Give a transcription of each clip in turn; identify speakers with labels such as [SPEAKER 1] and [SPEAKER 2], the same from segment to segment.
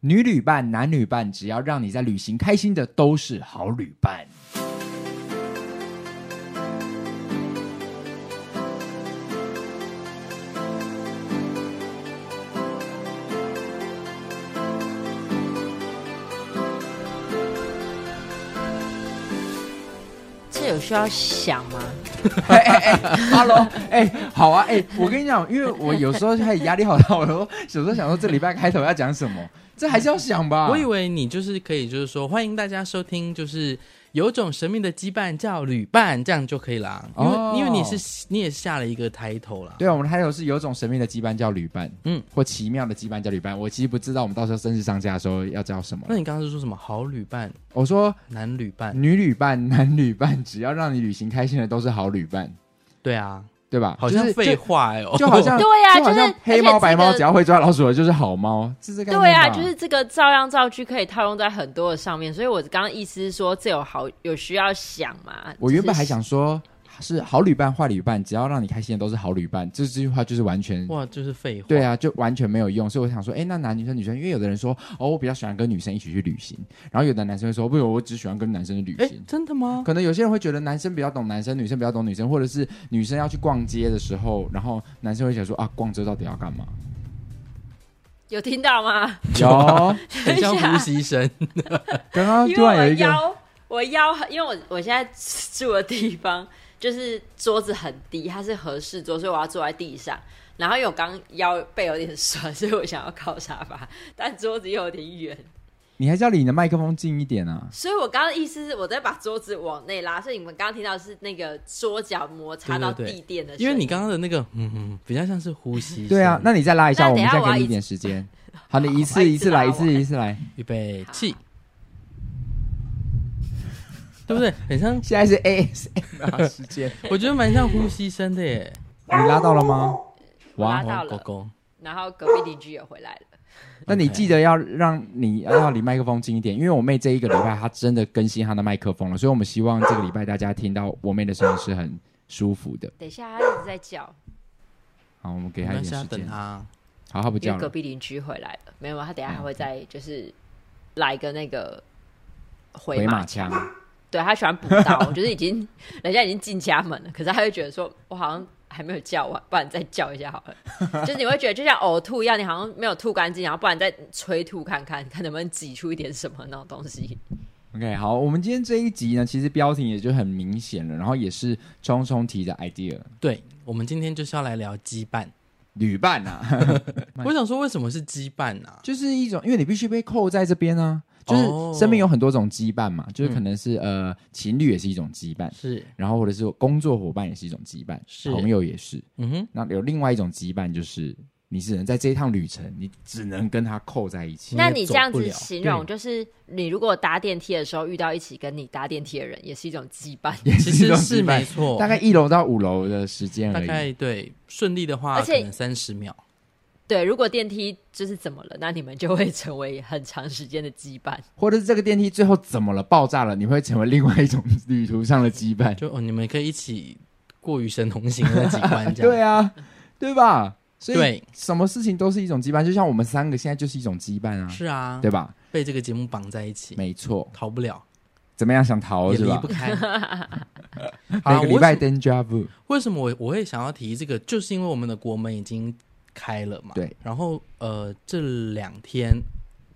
[SPEAKER 1] 女旅伴、男女伴，只要让你在旅行开心的，都是好旅 伴。
[SPEAKER 2] 这有需要想吗？
[SPEAKER 1] 哎哎哎，Hello，哎，好啊，哎，我跟你讲，因为我有时候开始压力好大，我都有时候想说这礼拜开头要讲什么，这还是要想吧。
[SPEAKER 3] 啊我以为你就是可以，就是说欢迎大家收听，就是有种神秘的羁绊叫旅伴，这样就可以啦。因为、
[SPEAKER 1] 哦
[SPEAKER 3] 因为你是你也下了一个抬头啦。
[SPEAKER 1] 对啊，我们还有是有种神秘的羁绊叫旅伴，嗯
[SPEAKER 3] 嗯，
[SPEAKER 1] 或奇妙的羁绊叫旅伴。我其实不知道我们到时候正式上架的时候要叫什么。
[SPEAKER 2] 嗯
[SPEAKER 3] 那你刚刚是说什么好旅伴、
[SPEAKER 1] 我说
[SPEAKER 3] 男旅伴？
[SPEAKER 1] 女旅伴、男旅伴，只要让你旅行开心的都是好旅伴，
[SPEAKER 3] 对啊，
[SPEAKER 1] 对吧？
[SPEAKER 3] 好像
[SPEAKER 1] 就是
[SPEAKER 3] 废，话哎、
[SPEAKER 1] 就就好像
[SPEAKER 2] 对啊
[SPEAKER 1] 就好像
[SPEAKER 2] 就是
[SPEAKER 1] 黑猫白
[SPEAKER 2] 而
[SPEAKER 1] 猫，
[SPEAKER 2] 且这个
[SPEAKER 1] 只要会抓老鼠的就是好猫，是这个概念
[SPEAKER 2] 对啊，
[SPEAKER 1] 吧
[SPEAKER 2] 就是这个照样造句可以套用在很多的上面，所以我刚刚意思是说，这有好有需要想嘛？
[SPEAKER 1] 我原
[SPEAKER 2] 就
[SPEAKER 1] 本
[SPEAKER 2] 是
[SPEAKER 1] 还想说。是好旅伴、坏旅伴，只要让你开心的都是好旅伴。这这句话就是完全
[SPEAKER 3] 哇，就是废话。
[SPEAKER 1] 对，啊，就完全没有用。所以我想说，哎、那男女生女生，因为有的人说，哦，我比较喜欢跟女生一起去旅行，然后有的男生会说，不，我只喜欢跟男生去旅
[SPEAKER 3] 哎、
[SPEAKER 1] 行。
[SPEAKER 3] 真 的吗？
[SPEAKER 1] 可能有些人会觉得男生比较懂男生，女生比较懂女生，或者是女生要去逛街的时候，然后男生会想说啊，逛街到底要干嘛？
[SPEAKER 2] 有听 到吗？
[SPEAKER 1] 有，
[SPEAKER 3] 很像呼 吸声。
[SPEAKER 1] 刚刚啊
[SPEAKER 2] 因
[SPEAKER 1] 突
[SPEAKER 2] 为我
[SPEAKER 1] 然有一个，
[SPEAKER 2] 腰，我腰，因为我我现在住的地方就是桌子很低，它是合适桌，所以我要坐在地上。然后因为我刚腰背有点酸，所以我想要靠沙发，但桌子又有点远，
[SPEAKER 1] 你还是要离你的麦克风近一点啊。
[SPEAKER 2] 所以我刚刚的意思是我在把桌子往内拉，所以你们刚刚听到的是那个桌角摩擦到
[SPEAKER 3] 对对对
[SPEAKER 2] 地垫的声音
[SPEAKER 3] 因为你刚刚的那个，嗯嗯，比较像是呼吸声。
[SPEAKER 1] 对啊，那你再拉一下，
[SPEAKER 2] 那
[SPEAKER 1] 我
[SPEAKER 2] 等
[SPEAKER 1] 们
[SPEAKER 2] 一下
[SPEAKER 1] 再
[SPEAKER 2] 我要
[SPEAKER 1] 给你
[SPEAKER 2] 一
[SPEAKER 1] 一点时 间。好，你一
[SPEAKER 2] 我
[SPEAKER 1] 次
[SPEAKER 2] 要一
[SPEAKER 1] 一
[SPEAKER 2] 次
[SPEAKER 1] 次来，
[SPEAKER 2] 拉
[SPEAKER 1] 一
[SPEAKER 2] 我
[SPEAKER 1] 次一次来。
[SPEAKER 3] 预备起，对不对？很像，
[SPEAKER 1] 现在是 ASMR 时间，
[SPEAKER 3] 我觉得蛮像呼吸声的耶。
[SPEAKER 1] 你拉到了吗？
[SPEAKER 2] 我
[SPEAKER 1] 哇，
[SPEAKER 2] 拉到
[SPEAKER 3] 哦，
[SPEAKER 2] 了
[SPEAKER 3] 狗狗，
[SPEAKER 2] 然后隔壁邻居也回来了。
[SPEAKER 1] 那你记得要让你要离麦克风近一点，因为我妹这一个礼拜她真的更新她的麦克风了，所以我们希望这个礼拜大家听到我妹的声音是很舒服的。
[SPEAKER 2] 等一下，他一直在叫，
[SPEAKER 1] 好，我们给
[SPEAKER 3] 没
[SPEAKER 1] 她一
[SPEAKER 3] 关系，
[SPEAKER 1] 点
[SPEAKER 3] 要
[SPEAKER 1] 时
[SPEAKER 3] 等
[SPEAKER 1] 间。
[SPEAKER 3] 它。
[SPEAKER 1] 好，她不
[SPEAKER 2] 因
[SPEAKER 1] 叫
[SPEAKER 2] 为隔
[SPEAKER 1] 了。嗯
[SPEAKER 2] 壁邻居回来了。没有，他等一下还会再就是来一个那个回
[SPEAKER 1] 回
[SPEAKER 2] 马
[SPEAKER 1] 马枪，
[SPEAKER 2] 对他喜欢补刀，就是已经 人家已经进家门了，可是他会觉得说，我好像还没有叫完，不然再叫一下好 了。就是你会觉得就像呕吐一样，你好像没有吐干净，然后不然再催吐看看，看能不能挤出一点什么那种东西。
[SPEAKER 1] OK，好，我们今天这一集呢，其实标题也就很明显了，然后也是冲冲提的 idea，
[SPEAKER 3] 对，我们今天就是要来聊羁绊。
[SPEAKER 1] 旅伴啊，
[SPEAKER 3] 我想说，为什么是羁绊啊？
[SPEAKER 1] 就是一种，因为你必须被扣在这边啊，就是生命有很多种羁绊嘛，就是可能是呃情侣也是一种羁绊，
[SPEAKER 3] 是，
[SPEAKER 1] 然后或者是工作伙伴也是一种羁绊，
[SPEAKER 3] 是
[SPEAKER 1] 朋友也是。
[SPEAKER 3] 嗯哼，
[SPEAKER 1] 那有另外一种羁绊就是。你只能在这一趟旅程，你只能跟他扣在一起。
[SPEAKER 2] 那你这样
[SPEAKER 3] 走不
[SPEAKER 2] 子
[SPEAKER 3] 了
[SPEAKER 2] 形容，就是你如果搭电梯的时候遇到一起跟你搭电梯的人，也是一种羁绊。
[SPEAKER 3] 其
[SPEAKER 1] 是一
[SPEAKER 3] 实
[SPEAKER 1] 种
[SPEAKER 3] 是
[SPEAKER 1] 羁绊
[SPEAKER 3] 没错，
[SPEAKER 1] 大概一楼到五楼的时间
[SPEAKER 3] 大
[SPEAKER 1] 而已。
[SPEAKER 3] 概对顺利的话，
[SPEAKER 2] 而且
[SPEAKER 3] 可能三十秒。
[SPEAKER 2] 对，如果电梯就是怎么了，那你们就会成为很长时间的羁绊。
[SPEAKER 1] 或者是这个电梯最后怎么了，爆炸了，你会成为另外一种旅途上的羁 绊。
[SPEAKER 3] 就哦，你们可以一起过于神同行的那几关，这样
[SPEAKER 1] 对啊，对吧？所以
[SPEAKER 3] 对
[SPEAKER 1] 什么事情都是一种羁绊，就像我们三个现在就是一种羁绊啊，
[SPEAKER 3] 是啊，
[SPEAKER 1] 对吧？
[SPEAKER 3] 被这个节目绑在一起，
[SPEAKER 1] 没错，
[SPEAKER 3] 逃不了，
[SPEAKER 1] 怎么样想逃
[SPEAKER 3] 也
[SPEAKER 1] 是
[SPEAKER 3] 离
[SPEAKER 1] 吧
[SPEAKER 3] 不？开。好
[SPEAKER 1] 每
[SPEAKER 3] 啊
[SPEAKER 1] 个礼拜
[SPEAKER 3] 为什
[SPEAKER 1] danger vu，
[SPEAKER 3] 为什么我我会想要提这个，就是因为我们的国门已经开了嘛。
[SPEAKER 1] 对。
[SPEAKER 3] 然后呃，这两天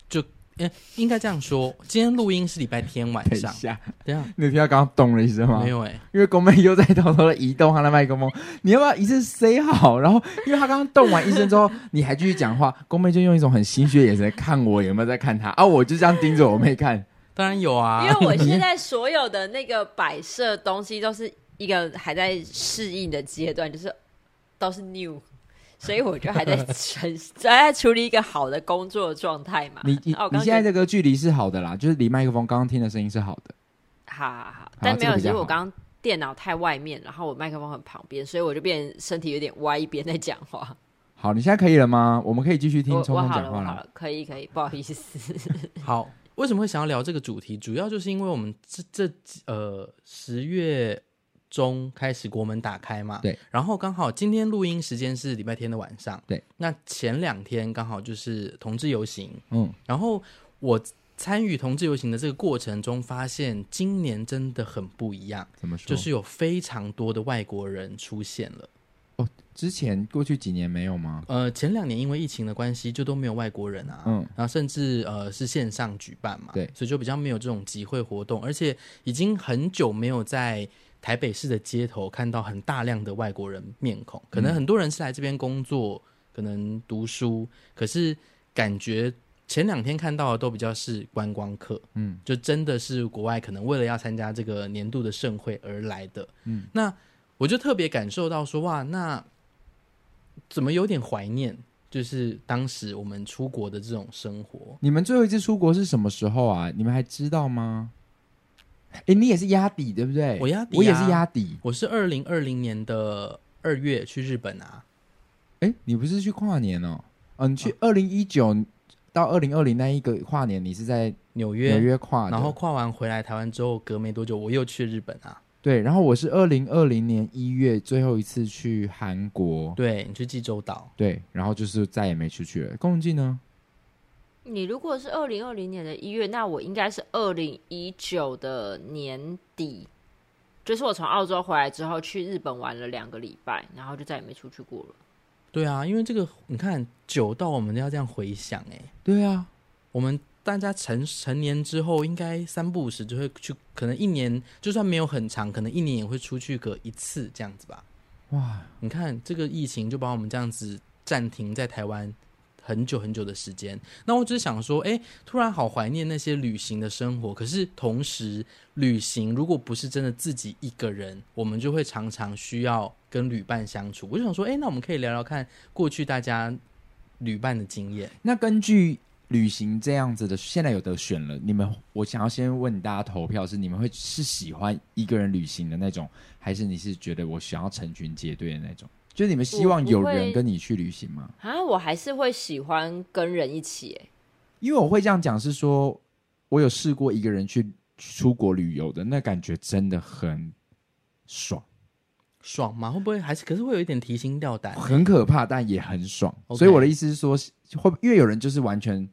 [SPEAKER 3] 就哎，应该这样说，今天录音是礼拜天晚
[SPEAKER 1] 等一
[SPEAKER 3] 上，
[SPEAKER 1] 下，
[SPEAKER 3] 这样
[SPEAKER 1] 你有听到刚刚咚了一声吗？
[SPEAKER 3] 没有哎，
[SPEAKER 1] 因为公妹又在偷偷的移动她的麦克风，你要不要一次塞好？然后，因为她刚刚动完一声之后，你还继续讲话，公妹就用一种很心虚的眼神看我有没有在看她啊，我就这样盯着我妹看，
[SPEAKER 3] 当然有啊，
[SPEAKER 2] 因 为我 现在所有的那个摆设东西都是一个还在适应的阶段，就是都是 new，所以我就还在 很还在处理一个好的工作状态嘛。啊
[SPEAKER 1] 你你
[SPEAKER 2] 然后我
[SPEAKER 1] 你
[SPEAKER 2] 哦刚
[SPEAKER 1] 现在
[SPEAKER 2] 在
[SPEAKER 1] 这个距离是好的啦，就是离麦克风刚刚听的声音是好的。
[SPEAKER 2] 好好好，但没
[SPEAKER 1] 这个
[SPEAKER 2] 有，
[SPEAKER 1] 比
[SPEAKER 2] 其
[SPEAKER 1] 较
[SPEAKER 2] 实我
[SPEAKER 1] 好
[SPEAKER 2] 刚刚电脑太外面，然后我麦克风很旁边，所以我就变身体有点歪一边在讲话。
[SPEAKER 1] 好，你现在可以了吗？我们可以继续听
[SPEAKER 2] 我
[SPEAKER 1] 聪
[SPEAKER 2] 我
[SPEAKER 1] 聪
[SPEAKER 2] 好
[SPEAKER 1] 讲
[SPEAKER 2] 了，我
[SPEAKER 1] 话
[SPEAKER 2] 好。了，可以可以，不好意思。
[SPEAKER 3] 好，为什么会想要聊这个主题？主要就是因为我们这这呃十月中开始国门打开嘛，
[SPEAKER 1] 对。
[SPEAKER 3] 然后刚好今天录音时间是礼拜天的晚上，
[SPEAKER 1] 对。
[SPEAKER 3] 那前两天刚好就是同志游行，
[SPEAKER 1] 嗯，
[SPEAKER 3] 然后我参与同志游行的这个过程中，发现今年真的很不一样，
[SPEAKER 1] 怎么说？
[SPEAKER 3] 就是有非常多的外国人出现了。
[SPEAKER 1] 之前过去几年没有吗？
[SPEAKER 3] 呃，前两年因为疫情的关系，就都没有外国人啊，
[SPEAKER 1] 嗯
[SPEAKER 3] 然后甚至呃是线上举办嘛，
[SPEAKER 1] 对
[SPEAKER 3] 所以就比较没有这种集会活动，而且已经很久没有在台北市的街头看到很大量的外国人面孔，可
[SPEAKER 1] 嗯
[SPEAKER 3] 能很多人是来这边工作，可能读书，可是感觉前两天看到的都比较是观光客，
[SPEAKER 1] 嗯，
[SPEAKER 3] 就真的是国外可能为了要参加这个年度的盛会而来的。嗯，那我就特别感受到说，哇，那怎么有点怀念，就是当时我们出国的这种生活。
[SPEAKER 1] 你们最后一次出国是什么时候啊？你们还知道吗？哎、你也是压底对不对？
[SPEAKER 3] 我压底啊
[SPEAKER 1] 我也是压底。
[SPEAKER 3] 我是二零二零年的二月去日本啊，
[SPEAKER 1] 哎、你不是去跨年哦？嗯、你去二零一九到二零二零那一个跨年，你是在
[SPEAKER 3] 纽约，
[SPEAKER 1] 纽约啊跨的，
[SPEAKER 3] 然后跨完回来台湾之后，隔没多久我又去日本啊。
[SPEAKER 1] 对，然后我是二零二零年一月最后一次去韩国，
[SPEAKER 3] 对你去济州岛，
[SPEAKER 1] 对，然后就是再也没出去了。共进呢？
[SPEAKER 2] 你如果是二零二零年的一月，那我应该是二零一九的年底，就是我从澳洲回来之后去日本玩了两个礼拜，然后就再也没出去过了。
[SPEAKER 3] 对啊，因为这个你看久到我们要这样回想哎、
[SPEAKER 1] 对啊，
[SPEAKER 3] 我们大家成成年之后，应该三不五时就会去，可能一年就算没有很长，可能一年也会出去个一次这样子吧。
[SPEAKER 1] 哇，
[SPEAKER 3] 你看这个疫情就把我们这样子暂停在台湾很久很久的时间。那我只是想说，哎，突然好怀念那些旅行的生活。可是同时，旅行如果不是真的自己一个人，我们就会常常需要跟旅伴相处。我就想说，哎，那我们可以聊聊看过去大家旅伴的经验。
[SPEAKER 1] 那根据旅行这样子的，现在有得选了，你们我想要先问大家投票是你们会是喜欢一个人旅行的那种，还是你是觉得我想要成群结队的那种？就是你们希望有人跟你去旅行吗？
[SPEAKER 2] 啊，我还是会喜欢跟人一起、欸，
[SPEAKER 1] 因为我会这样讲是说，我有试过一个人去出国旅游的，那感觉真的很爽，
[SPEAKER 3] 爽吗？会不会还是？可是会有一点提心吊胆。
[SPEAKER 1] 很可怕，但也很爽。
[SPEAKER 3] OK
[SPEAKER 1] 所以我的意思是说，会因为有人就是完全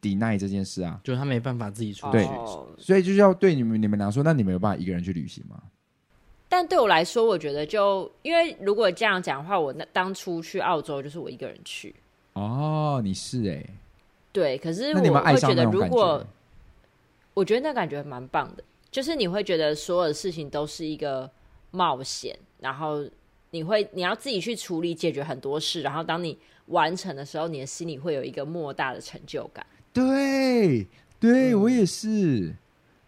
[SPEAKER 1] 抵赖这件事啊，
[SPEAKER 3] 就是他没办法自己出去。
[SPEAKER 1] 对
[SPEAKER 2] 哦
[SPEAKER 1] 所以就是要对你们你们俩说，那你们有办法一个人去旅行吗？
[SPEAKER 2] 但对我来说，我觉得就因为如果这样讲的话，我那当初去澳洲就是我一个人去，
[SPEAKER 1] 哦，你是哎、
[SPEAKER 2] 对。可是
[SPEAKER 1] 那你
[SPEAKER 2] 我
[SPEAKER 1] 们爱
[SPEAKER 2] 会觉
[SPEAKER 1] 上那
[SPEAKER 2] 得，
[SPEAKER 1] 种
[SPEAKER 2] 如
[SPEAKER 1] 感
[SPEAKER 2] 果
[SPEAKER 1] 觉？
[SPEAKER 2] 我觉得那感觉蛮棒的，就是你会觉得所有的事情都是一个冒险，然后你会你要自己去处理解决很多事，然后当你完成的时候，你的心里会有一个莫大的成就感。
[SPEAKER 1] 对，对、我也是，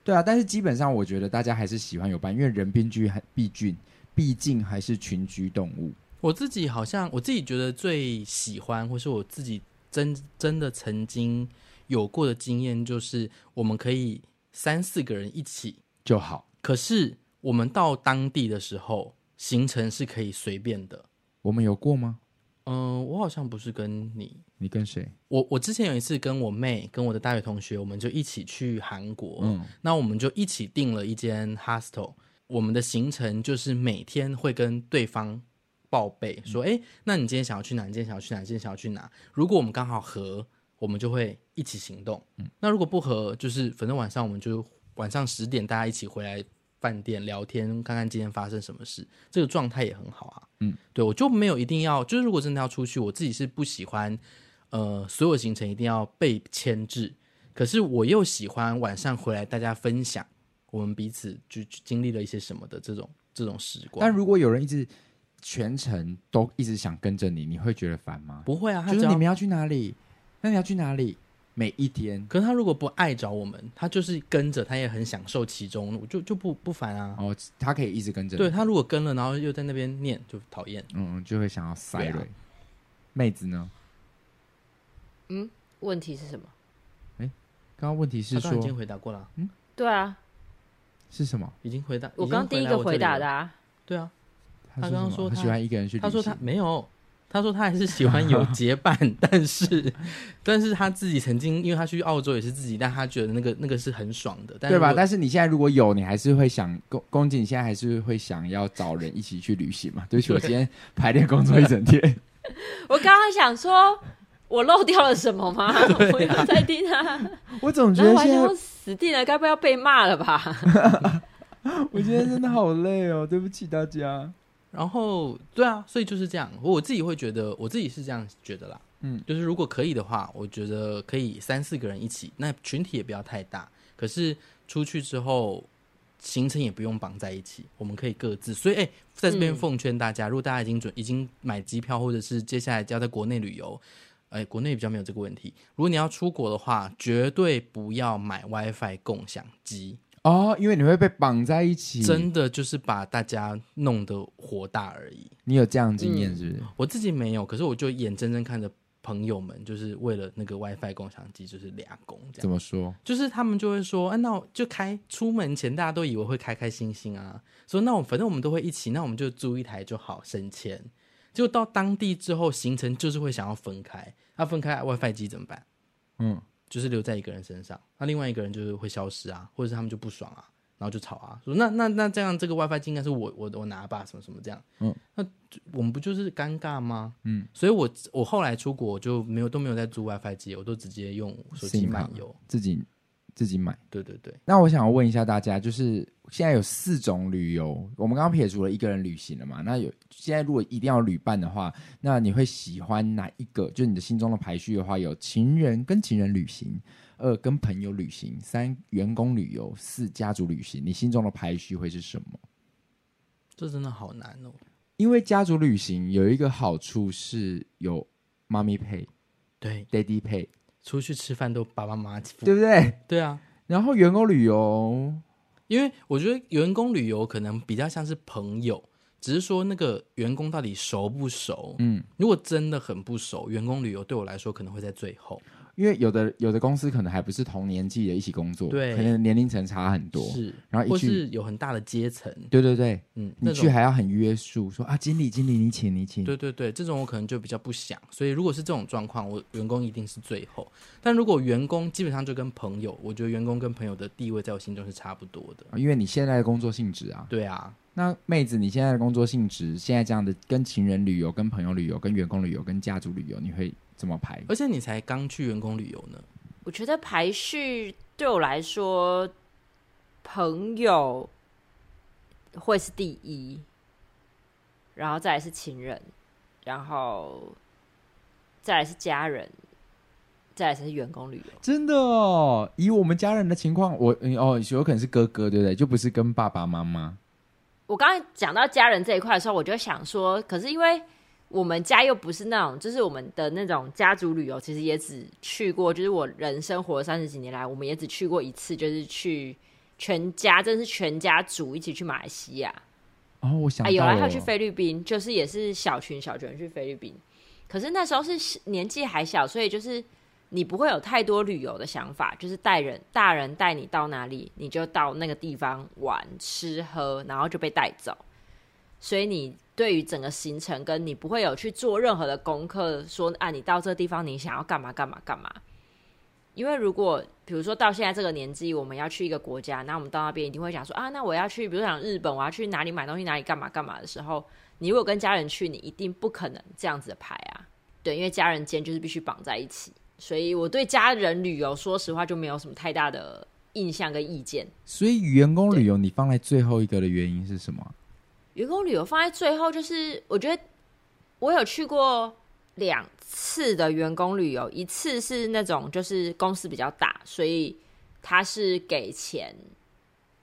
[SPEAKER 1] 对啊。但是基本上，我觉得大家还是喜欢有伴，因为人必居还毕竟毕竟还是群居动物。
[SPEAKER 3] 我自己好像我自己觉得最喜欢，或是我自己真真的曾经有过的经验，就是我们可以三四个人一起，
[SPEAKER 1] 就好。
[SPEAKER 3] 可是我们到当地的时候，行程是可以随便的。
[SPEAKER 1] 我们有过吗？
[SPEAKER 3] 嗯、我好像不是跟你。
[SPEAKER 1] 你跟谁？
[SPEAKER 3] 我我之前有一次跟我妹跟我的大学同学，我们就一起去韩国，
[SPEAKER 1] 嗯
[SPEAKER 3] 那我们就一起订了一间 hostel。我们的行程就是每天会跟对方报备，
[SPEAKER 1] 嗯
[SPEAKER 3] 说，哎、那你今天想要去哪？你今天想要去哪？你今天想要去哪？如果我们刚好合，我们就会一起行动。
[SPEAKER 1] 嗯
[SPEAKER 3] 那如果不合，就是反正晚上我们就晚上十点大家一起回来饭店聊天，看看今天发生什么事，这个状态也很好啊。
[SPEAKER 1] 嗯，
[SPEAKER 3] 对我就没有一定要，就是如果真的要出去，我自己是不喜欢，呃，所有行程一定要被牵制。可是我又喜欢晚上回来大家分享我们彼此就就经历了一些什么的这种这种时光。
[SPEAKER 1] 但如果有人一直全程都一直想跟着你，你会觉得烦吗？
[SPEAKER 3] 不会啊，他
[SPEAKER 1] 就
[SPEAKER 3] 只
[SPEAKER 1] 是
[SPEAKER 3] 要
[SPEAKER 1] 你们要去哪里？那你要去哪里？每一天
[SPEAKER 3] 可是他如果不爱找我们，他就是跟着，他也很享受其中，我就就不不烦啊。
[SPEAKER 1] 哦，他可以一直跟着你，
[SPEAKER 3] 对他如果跟了，然后又在那边念，就讨厌。
[SPEAKER 1] 嗯，嗯，就会想要塞
[SPEAKER 3] 对
[SPEAKER 1] 了。
[SPEAKER 3] 啊
[SPEAKER 1] 妹子呢？
[SPEAKER 2] 问题是什么？
[SPEAKER 1] 刚刚问题是
[SPEAKER 3] 他刚刚已经
[SPEAKER 1] 说
[SPEAKER 3] 回答过了啊，
[SPEAKER 2] 对啊，
[SPEAKER 1] 是什么？
[SPEAKER 3] 已经回答。
[SPEAKER 2] 我
[SPEAKER 3] 已经
[SPEAKER 2] 刚第一个
[SPEAKER 3] 我这
[SPEAKER 2] 回
[SPEAKER 3] 里了
[SPEAKER 2] 答的、啊，
[SPEAKER 3] 对啊，
[SPEAKER 1] 他
[SPEAKER 3] 他刚刚
[SPEAKER 1] 什么
[SPEAKER 3] 说
[SPEAKER 1] 他
[SPEAKER 3] 他
[SPEAKER 1] 喜欢一个人去旅
[SPEAKER 3] 他
[SPEAKER 1] 行，
[SPEAKER 3] 说他没有，他说他还是喜欢有 结伴，但是但是他自己曾经，因为他去澳洲也是自己，但他觉得那个那个是很爽的，但
[SPEAKER 1] 对吧？
[SPEAKER 3] 如果
[SPEAKER 1] 但是你现在如果有，你还是会想公公瑾，你现在还是会想要找人一起去旅行 嘛？对不起，我今天排练工作一整天，
[SPEAKER 2] 我刚刚想说，我漏掉了什 么吗？我又在听他，
[SPEAKER 1] 我总觉
[SPEAKER 2] 然后
[SPEAKER 1] 得
[SPEAKER 2] 我还
[SPEAKER 1] 现
[SPEAKER 2] 想
[SPEAKER 1] 在
[SPEAKER 2] 说死定了，该不会要被骂了吧？
[SPEAKER 1] 我今天真的好累哦，对不起大家。
[SPEAKER 3] 然后对啊，所以就是这样，我我自己会觉得，我自己是这样觉得啦，
[SPEAKER 1] 嗯，
[SPEAKER 3] 就是如果可以的话，我觉得可以三四个人一起，那群体也不要太大，可是出去之后。行程也不用绑在一起，我们可以各自。所以，哎、在这边
[SPEAKER 2] 嗯
[SPEAKER 3] 奉劝大家，如果大家已经准已经买机票，或者是接下来要在国内旅游，哎，国内比较没有这个问题。如果你要出国的话，绝对不要买 WiFi 共享机，
[SPEAKER 1] 哦，因为你会被绑在一起，
[SPEAKER 3] 真的就是把大家弄得火大而已。
[SPEAKER 1] 你有嗯这样的经验是不是？
[SPEAKER 3] 我自己没有，可是我就眼睁睁看着朋友们，就是为了那个 WiFi 共享机，就是俩工这
[SPEAKER 1] 怎
[SPEAKER 3] 样。
[SPEAKER 1] 么说？
[SPEAKER 3] 就是他们就会说，啊，那我就开出门前，大家都以为会开开心心啊，说那我反正我们都会一起，那我们就租一台就好，省钱。结果到当地之后，行程就是会想要分开，那、分开 WiFi 机怎么办？
[SPEAKER 1] 嗯，
[SPEAKER 3] 就是留在一个人身上，那另外一个人就是会消失啊，或者是他们就不爽啊，然后就吵啊，说那那那这样这个 WiFi 机应该是我我我拿吧，什么什么这样，
[SPEAKER 1] 嗯，
[SPEAKER 3] 那就我们不就是尴尬吗？
[SPEAKER 1] 嗯，
[SPEAKER 3] 所以我我后来出国我就没有都没有在租 WiFi 机，我都直接用手机
[SPEAKER 1] 信卡
[SPEAKER 3] 漫游，
[SPEAKER 1] 自己自己买。
[SPEAKER 3] 对对对，
[SPEAKER 1] 那我想要问一下大家，就是现在有四种旅游，我们刚刚撇除了一个人旅行了嘛？那有现在如果一定要旅伴的话，那你会喜欢哪一个？就你的心中的排序的话，有情人跟情人旅行，二跟朋友旅行，三员工旅游，四家族旅行。你心中的排序会是什么？
[SPEAKER 3] 这真的好难哦。
[SPEAKER 1] 因为家族旅行有一个好处是有妈咪配、
[SPEAKER 3] 对，
[SPEAKER 1] daddy 配，
[SPEAKER 3] 出去吃饭都爸爸妈妈付，
[SPEAKER 1] 对不对？
[SPEAKER 3] 对啊，
[SPEAKER 1] 然后员工旅游，
[SPEAKER 3] 因为我觉得员工旅游可能比较像是朋友，只是说那个员工到底熟不熟，
[SPEAKER 1] 嗯，
[SPEAKER 3] 如果真的很不熟，员工旅游对我来说可能会在最后。
[SPEAKER 1] 因为有的有的公司可能还不是同年纪的一起工作，
[SPEAKER 3] 对
[SPEAKER 1] 可能年龄层差很多，
[SPEAKER 3] 是，
[SPEAKER 1] 然后一
[SPEAKER 3] 或
[SPEAKER 1] 去
[SPEAKER 3] 是有很大的阶层，
[SPEAKER 1] 对对对，
[SPEAKER 3] 嗯，那
[SPEAKER 1] 你
[SPEAKER 3] 种
[SPEAKER 1] 去还要很约束，说啊，经理经理你请你请，
[SPEAKER 3] 对对对，这种我可能就比较不想。所以如果是这种状况，我员工一定是最后。但如果员工基本上就跟朋友，我觉得员工跟朋友的地位在我心中是差不多的。
[SPEAKER 1] 啊因为你现在的工作性质啊，
[SPEAKER 3] 对啊，
[SPEAKER 1] 那妹子你现在的工作性质，现在这样的跟情人旅游、跟朋友旅游、跟员工旅游、跟家族旅游，你会怎么排？
[SPEAKER 3] 而且你才刚去员工旅游呢，
[SPEAKER 2] 我觉得排序对我来说，朋友会是第一，然后再来是情人，然后再来是家人，再来才是员工旅游。
[SPEAKER 1] 真的哦，以我们家人的情况，我嗯哦，有可能是哥哥，对不对？就不是跟爸爸妈妈。
[SPEAKER 2] 我刚刚讲到家人这一块的时候，我就想说，可是因为我们家又不是那种，就是我们的那种家族旅游，其实也只去过，就是我人生活三十几年来，我们也只去过一次，就是去全家，真的是全家族一起去马来西亚。
[SPEAKER 1] 哦，我想
[SPEAKER 2] 啊，
[SPEAKER 1] 到
[SPEAKER 2] 有啦，
[SPEAKER 1] 了
[SPEAKER 2] 他去菲律宾，就是也是小群小群去菲律宾，可是那时候是年纪还小，所以就是你不会有太多旅游的想法，就是带人大人带你到哪里，你就到那个地方玩吃喝，然后就被带走，所以你对于整个行程跟你不会有去做任何的功课，说啊，你到这地方你想要干嘛干嘛干嘛。因为如果比如说到现在这个年纪，我们要去一个国家，那我们到那边一定会想说啊，那我要去，比如讲日本，我要去哪里买东西，哪里干嘛干嘛的时候，你如果跟家人去，你一定不可能这样子的排啊，对，因为家人间就是必须绑在一起，所以我对家人旅游，说实话就没有什么太大的印象跟意见。
[SPEAKER 1] 所以员工旅游你放在最后一个的原因是什么啊？
[SPEAKER 2] 员工旅游放在最后，就是我觉得我有去过两次的员工旅游，一次是那种就是公司比较大，所以它是给钱，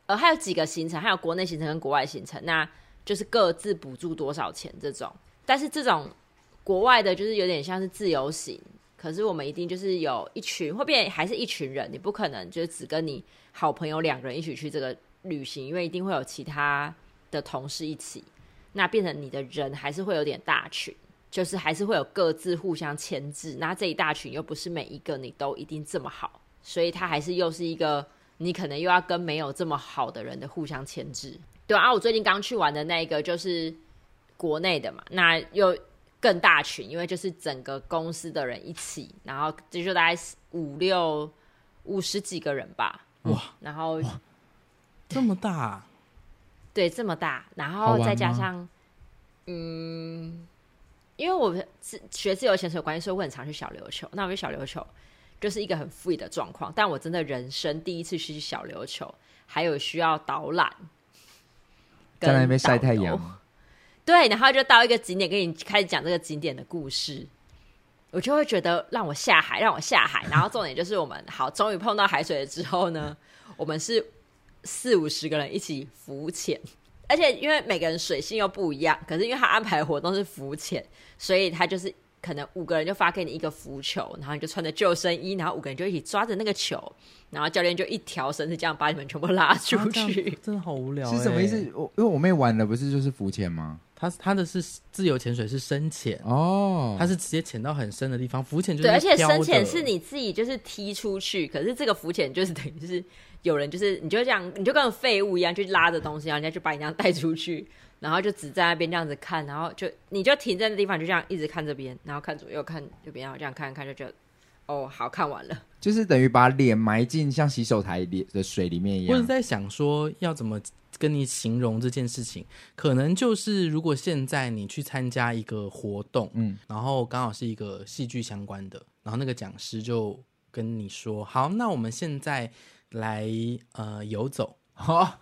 [SPEAKER 2] 呃，还有几个行程，还有国内行程跟国外行程，那就是各自补助多少钱这种。但是这种国外的，就是有点像是自由行，可是我们一定就是有一群，会变还是一群人，你不可能就是只跟你好朋友两个人一起去这个旅行，因为一定会有其他的同事一起，那变成你的人还是会有点大群。就是还是会有各自互相牵制。那这一大群又不是每一个你都一定这么好，所以它还是又是一个你可能又要跟没有这么好的人的互相牵制。对啊，我最近刚去玩的那一个就是国内的嘛，那又更大群，因为就是整个公司的人一起，然后这就大概五六五十几个人吧，
[SPEAKER 3] 哇，
[SPEAKER 2] 然后
[SPEAKER 3] 这么大啊、
[SPEAKER 2] 对，这么大，然
[SPEAKER 3] 好
[SPEAKER 2] 后
[SPEAKER 3] 玩
[SPEAKER 2] 再加
[SPEAKER 3] 吗
[SPEAKER 2] 上，嗯，因为我们自学自由潜水有关系，所以我很常去小琉球。那我去小琉球就是一个很 free 的状况，但我真的人生第一次去小琉球，还有需要导览，
[SPEAKER 1] 在那边晒
[SPEAKER 2] 跟导
[SPEAKER 1] 太
[SPEAKER 2] 游
[SPEAKER 1] 阳，
[SPEAKER 2] 对，然后就到一个景点，跟你开始讲这个景点的故事，我就会觉得让我下海，让我下海。然后重点就是我们好，终于碰到海水了之后呢，我们是四五十个人一起浮潜，而且因为每个人水性又不一样，可是因为他安排的活动是浮潜，所以他就是可能五个人就发给你一个浮球，然后你就穿着救生衣，然后五个人就一起抓着那个球，然后教练就一条绳子这样把你们全部拉出
[SPEAKER 3] 啊这样
[SPEAKER 2] 去。
[SPEAKER 3] 真的好无聊、欸
[SPEAKER 1] 是什么意思？？我因为我妹玩的不是就是浮潜吗？
[SPEAKER 3] 他他的是自由潜水是深潜，
[SPEAKER 1] 哦，
[SPEAKER 3] 他是直接潜到很深的地方，浮潜就是
[SPEAKER 2] 对，而且
[SPEAKER 3] 漂的
[SPEAKER 2] 深潜是你自己就是踢出去，可是这个浮潜就是等于是有人就是你就这样，你就跟个废物一样去拉着东西，然后人家就把你这样带出去，然后就只在那边这样子看，然后就你就停在那地方，你就这样一直看这边，然后看左右看右边，然后这样看看就觉得哦，好看完了。
[SPEAKER 1] 就是等于把脸埋进像洗手台里的水里面一
[SPEAKER 3] 我是
[SPEAKER 1] 样。
[SPEAKER 3] 在想说要怎么跟你形容这件事情，可能就是如果现在你去参加一个活动，
[SPEAKER 1] 嗯，
[SPEAKER 3] 然后刚好是一个戏剧相关的，然后那个讲师就跟你说，好，那我们现在来呃游走，哦
[SPEAKER 1] 好，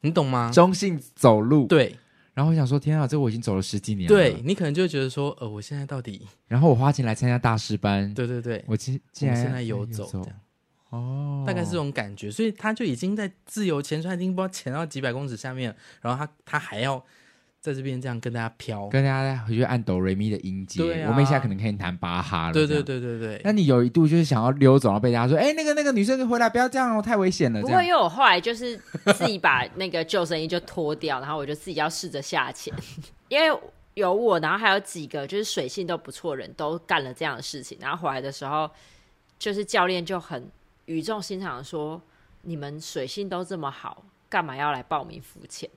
[SPEAKER 3] 你懂吗？
[SPEAKER 1] 中性走路。，
[SPEAKER 3] 对
[SPEAKER 1] 然后我想说，天啊，这我已经走了十几年了。
[SPEAKER 3] 对，，你可能就会觉得说，呃，我现在到底
[SPEAKER 1] 然后我花钱来参加大师班，
[SPEAKER 3] 对对对，我
[SPEAKER 1] 我竟竟
[SPEAKER 3] 们
[SPEAKER 1] 然
[SPEAKER 3] 现在游走这样。
[SPEAKER 1] 哦，
[SPEAKER 3] 大概是这种感觉，所以他就已经在自由潜水，他已经不知道潜到几百公尺下面了，然后他他还要在这边这样跟大家飘，
[SPEAKER 1] 跟大家回去按哆瑞咪的音阶。
[SPEAKER 3] 对啊
[SPEAKER 1] 我们一下可能可以弹巴哈了。
[SPEAKER 3] 对对
[SPEAKER 1] 这样。
[SPEAKER 3] 对对对，
[SPEAKER 1] 那你有一度就是想要溜走，然后被大家说：“哎，那个那个女生回来，不要这样哦，太危险了。”
[SPEAKER 2] 不
[SPEAKER 1] 这
[SPEAKER 2] 过因
[SPEAKER 1] 样。
[SPEAKER 2] 为我后来就是自己把那个救生衣就脱掉，然后我就自己要试着下潜， 因为有我，然后还有几个就是水性都不错的人都干了这样的事情，然后回来的时候，就是教练就很语重心长地说：“你们水性都这么好，干嘛要来报名浮潜？”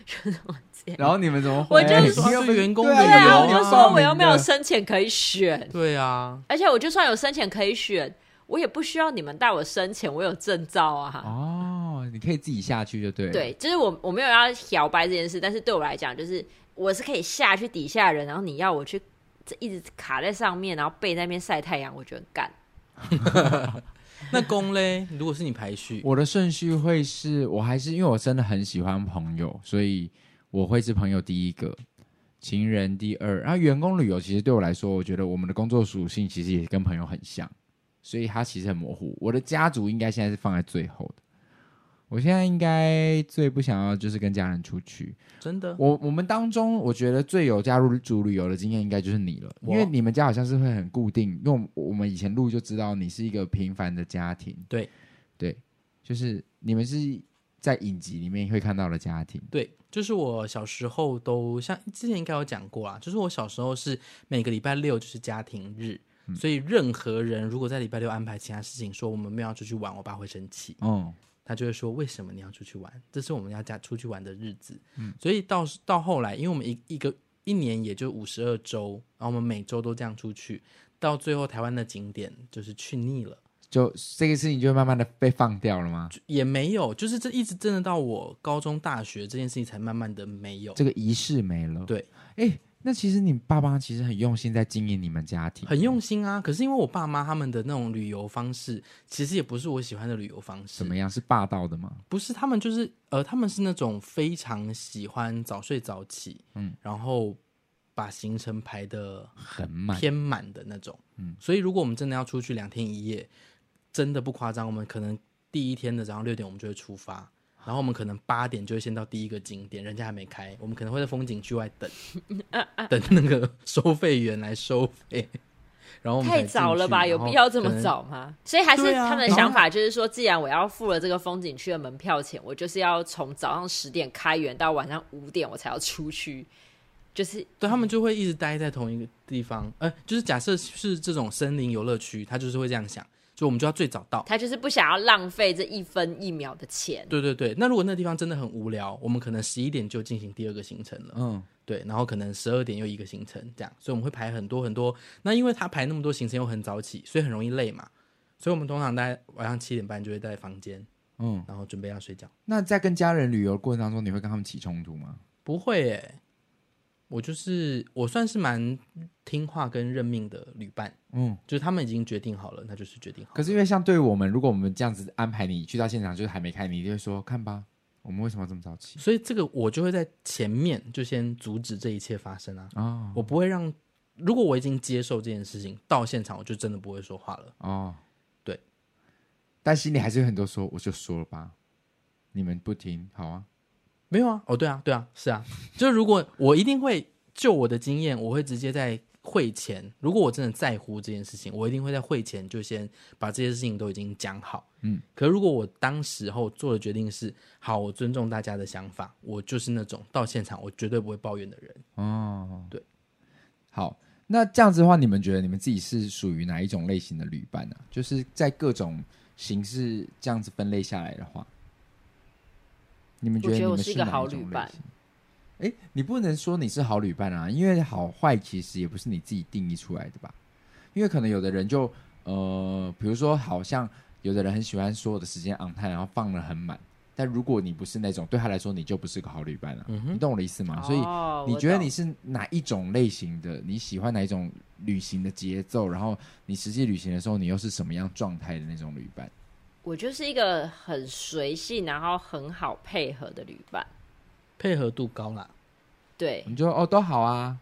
[SPEAKER 2] 就是我直接
[SPEAKER 1] 然后你们怎么
[SPEAKER 2] 我
[SPEAKER 1] 回？哎
[SPEAKER 2] 就是
[SPEAKER 3] 说
[SPEAKER 1] 又不
[SPEAKER 3] 是员工
[SPEAKER 1] 对
[SPEAKER 3] 的
[SPEAKER 2] 对啊，
[SPEAKER 3] 有
[SPEAKER 2] 我就
[SPEAKER 3] 啊
[SPEAKER 2] 说我又没有
[SPEAKER 1] 说
[SPEAKER 2] 深潜可以选，
[SPEAKER 3] 对啊，
[SPEAKER 2] 而且我就算有深潜可以选，我也不需要你们带我深潜，我有证照啊。
[SPEAKER 1] 哦，你可以自己下去就对了。
[SPEAKER 2] 对，就是我我没有要摇摆这件事，但是对我来讲，就是我是可以下去底下的人，然后你要我去这一直卡在上面，然后背在那边晒太阳，我觉得很干。
[SPEAKER 3] 那公嘞，如果是你排序，
[SPEAKER 1] 我的顺序会是我还是因为我真的很喜欢朋友，所以我会是朋友第一个，情人第二。然后员工旅游其实对我来说，我觉得我们的工作属性其实也跟朋友很像，所以它其实很模糊。我的家族应该现在是放在最后的。我现在应该最不想要就是跟家人出去。
[SPEAKER 3] 真的，
[SPEAKER 1] 我我们当中，我觉得最有加入主旅游的经验应该就是你了，因为
[SPEAKER 3] 我
[SPEAKER 1] 你们家好像是会很固定，因为我我们以前录就知道你是一个平凡的家庭，
[SPEAKER 3] 对
[SPEAKER 1] 对，就是你们是在影集里面会看到的家庭，
[SPEAKER 3] 对，就是我小时候都像之前应该有讲过啦，就是我小时候是每个礼拜六就是家庭日，
[SPEAKER 1] 嗯
[SPEAKER 3] 所以任何人如果在礼拜六安排其他事情，说我们没有要出去玩，我爸会生气。
[SPEAKER 1] 嗯，
[SPEAKER 3] 他就会说：“为什么你要出去玩？这是我们要家出去玩的日子。
[SPEAKER 1] 嗯
[SPEAKER 3] 所以到到后来，因为我们一一个一年也就五十二周，然后我们每周都这样出去，到最后台湾的景点就是去腻了，
[SPEAKER 1] 就这个事情就会慢慢的被放掉了吗？
[SPEAKER 3] 就也没有，就是这一直真的到我高中、大学这件事情才慢慢的没有，
[SPEAKER 1] 这个仪式没了，
[SPEAKER 3] 对，
[SPEAKER 1] 哎，那其实你爸妈其实很用心在经营你们家庭，
[SPEAKER 3] 很用心啊。可是因为我爸妈他们的那种旅游方式，其实也不是我喜欢的旅游方式
[SPEAKER 1] 怎，么样？是霸道的吗？
[SPEAKER 3] 不是，他们就是呃，他们是那种非常喜欢早睡早起，
[SPEAKER 1] 嗯
[SPEAKER 3] 嗯，然后把行程排的
[SPEAKER 1] 很满，
[SPEAKER 3] 偏满的那种，嗯，所以如果我们真的要出去两天一夜，真的不夸张，我们可能第一天的早上六点我们就会出发。然后我们可能八点就会先到第一个景点，人家还没开，我们可能会在风景区外 等，
[SPEAKER 2] 啊
[SPEAKER 3] 等那个收费员来收费。然后我们才
[SPEAKER 2] 太早
[SPEAKER 3] 进
[SPEAKER 2] 了
[SPEAKER 3] 去
[SPEAKER 2] 吧？有必要这？
[SPEAKER 3] 然
[SPEAKER 2] 么
[SPEAKER 3] 后可能
[SPEAKER 2] 早吗？所以还是
[SPEAKER 3] 对啊
[SPEAKER 2] 他们的
[SPEAKER 3] 然后
[SPEAKER 2] 想法就是说，既然我要付了这个风景区的门票钱，我就是要从早上十点开园到晚上五点我才要出去。就是
[SPEAKER 3] 对他们就会一直待在同一个地方，呃，就是假设是这种森林游乐区，他就是会这样想，就我们就要最早到。
[SPEAKER 2] 他就是不想要浪费这一分一秒的钱。
[SPEAKER 3] 对对对，那如果那地方真的很无聊，我们可能十一点就进行第二个行程了，
[SPEAKER 1] 嗯，
[SPEAKER 3] 对，然后可能十二点又一个行程这样，所以我们会排很多很多。那因为他排那么多行程又很早起，所以很容易累嘛，所以我们通常大概晚上七点半就会在房间，
[SPEAKER 1] 嗯，
[SPEAKER 3] 然后准备要睡觉。
[SPEAKER 1] 那在跟家人旅游的过程当中，你会跟他们起冲突吗？
[SPEAKER 3] 不会耶、我就是我算是蛮听话跟认命的旅伴，
[SPEAKER 1] 嗯，
[SPEAKER 3] 就是他们已经决定好了，那就是决定好了。
[SPEAKER 1] 可是因为像对我们，如果我们这样子安排你去到现场，就是还没开，你就会说看吧，我们为什么要这么早起
[SPEAKER 3] 所以这个我就会在前面就先阻止这一切发生啊，
[SPEAKER 1] 啊？
[SPEAKER 3] 我不会让。如果我已经接受这件事情，到现场我就真的不会说话了。
[SPEAKER 1] 哦，
[SPEAKER 3] 对，
[SPEAKER 1] 但心里还是有很多说，我就说了吧，你们不听，好啊，
[SPEAKER 3] 没有啊，哦，对啊，对啊，是啊，就是如果我一定会就我的经验，我会直接在会前，如果我真的在乎这件事情，我一定会在会前就先把这些事情都已经讲好。
[SPEAKER 1] 嗯，
[SPEAKER 3] 可如果我当时候做的决定是好，我尊重大家的想法，我就是那种到现场我绝对不会抱怨的人。
[SPEAKER 1] 哦，
[SPEAKER 3] 对，
[SPEAKER 1] 好，那这样子的话，你们觉得你们自己是属于哪一种类型的旅伴呢、啊就是在各种形式这样子分类下来的话，你们觉
[SPEAKER 2] 我
[SPEAKER 1] 得
[SPEAKER 2] 觉
[SPEAKER 1] 你
[SPEAKER 2] 得我
[SPEAKER 1] 们
[SPEAKER 2] 是一个
[SPEAKER 1] 哪
[SPEAKER 2] 好
[SPEAKER 1] 种
[SPEAKER 2] 旅
[SPEAKER 1] 类
[SPEAKER 2] 伴
[SPEAKER 1] 型？哎，你不能说你是好旅伴啊，因为好坏其实也不是你自己定义出来的吧？因为可能有的人就呃，比如说，好像有的人很喜欢所有的时间 on time，然后放的很满。但如果你不是那种，对他来说你就不是个好旅伴了、
[SPEAKER 3] 嗯
[SPEAKER 1] 你
[SPEAKER 3] 哼，
[SPEAKER 1] 懂我的意思吗？所以
[SPEAKER 2] 哦
[SPEAKER 1] 你
[SPEAKER 2] 我
[SPEAKER 1] 觉得
[SPEAKER 2] 懂
[SPEAKER 1] 你是哪一种类型的？你喜欢哪一种旅行的节奏？然后你实际旅行的时候，你又是什么样状态的那种旅伴？
[SPEAKER 2] 我就是一个很随性，然后很好配合的旅伴。
[SPEAKER 3] 配合度高啦。
[SPEAKER 2] 对，
[SPEAKER 1] 你就哦都好啊，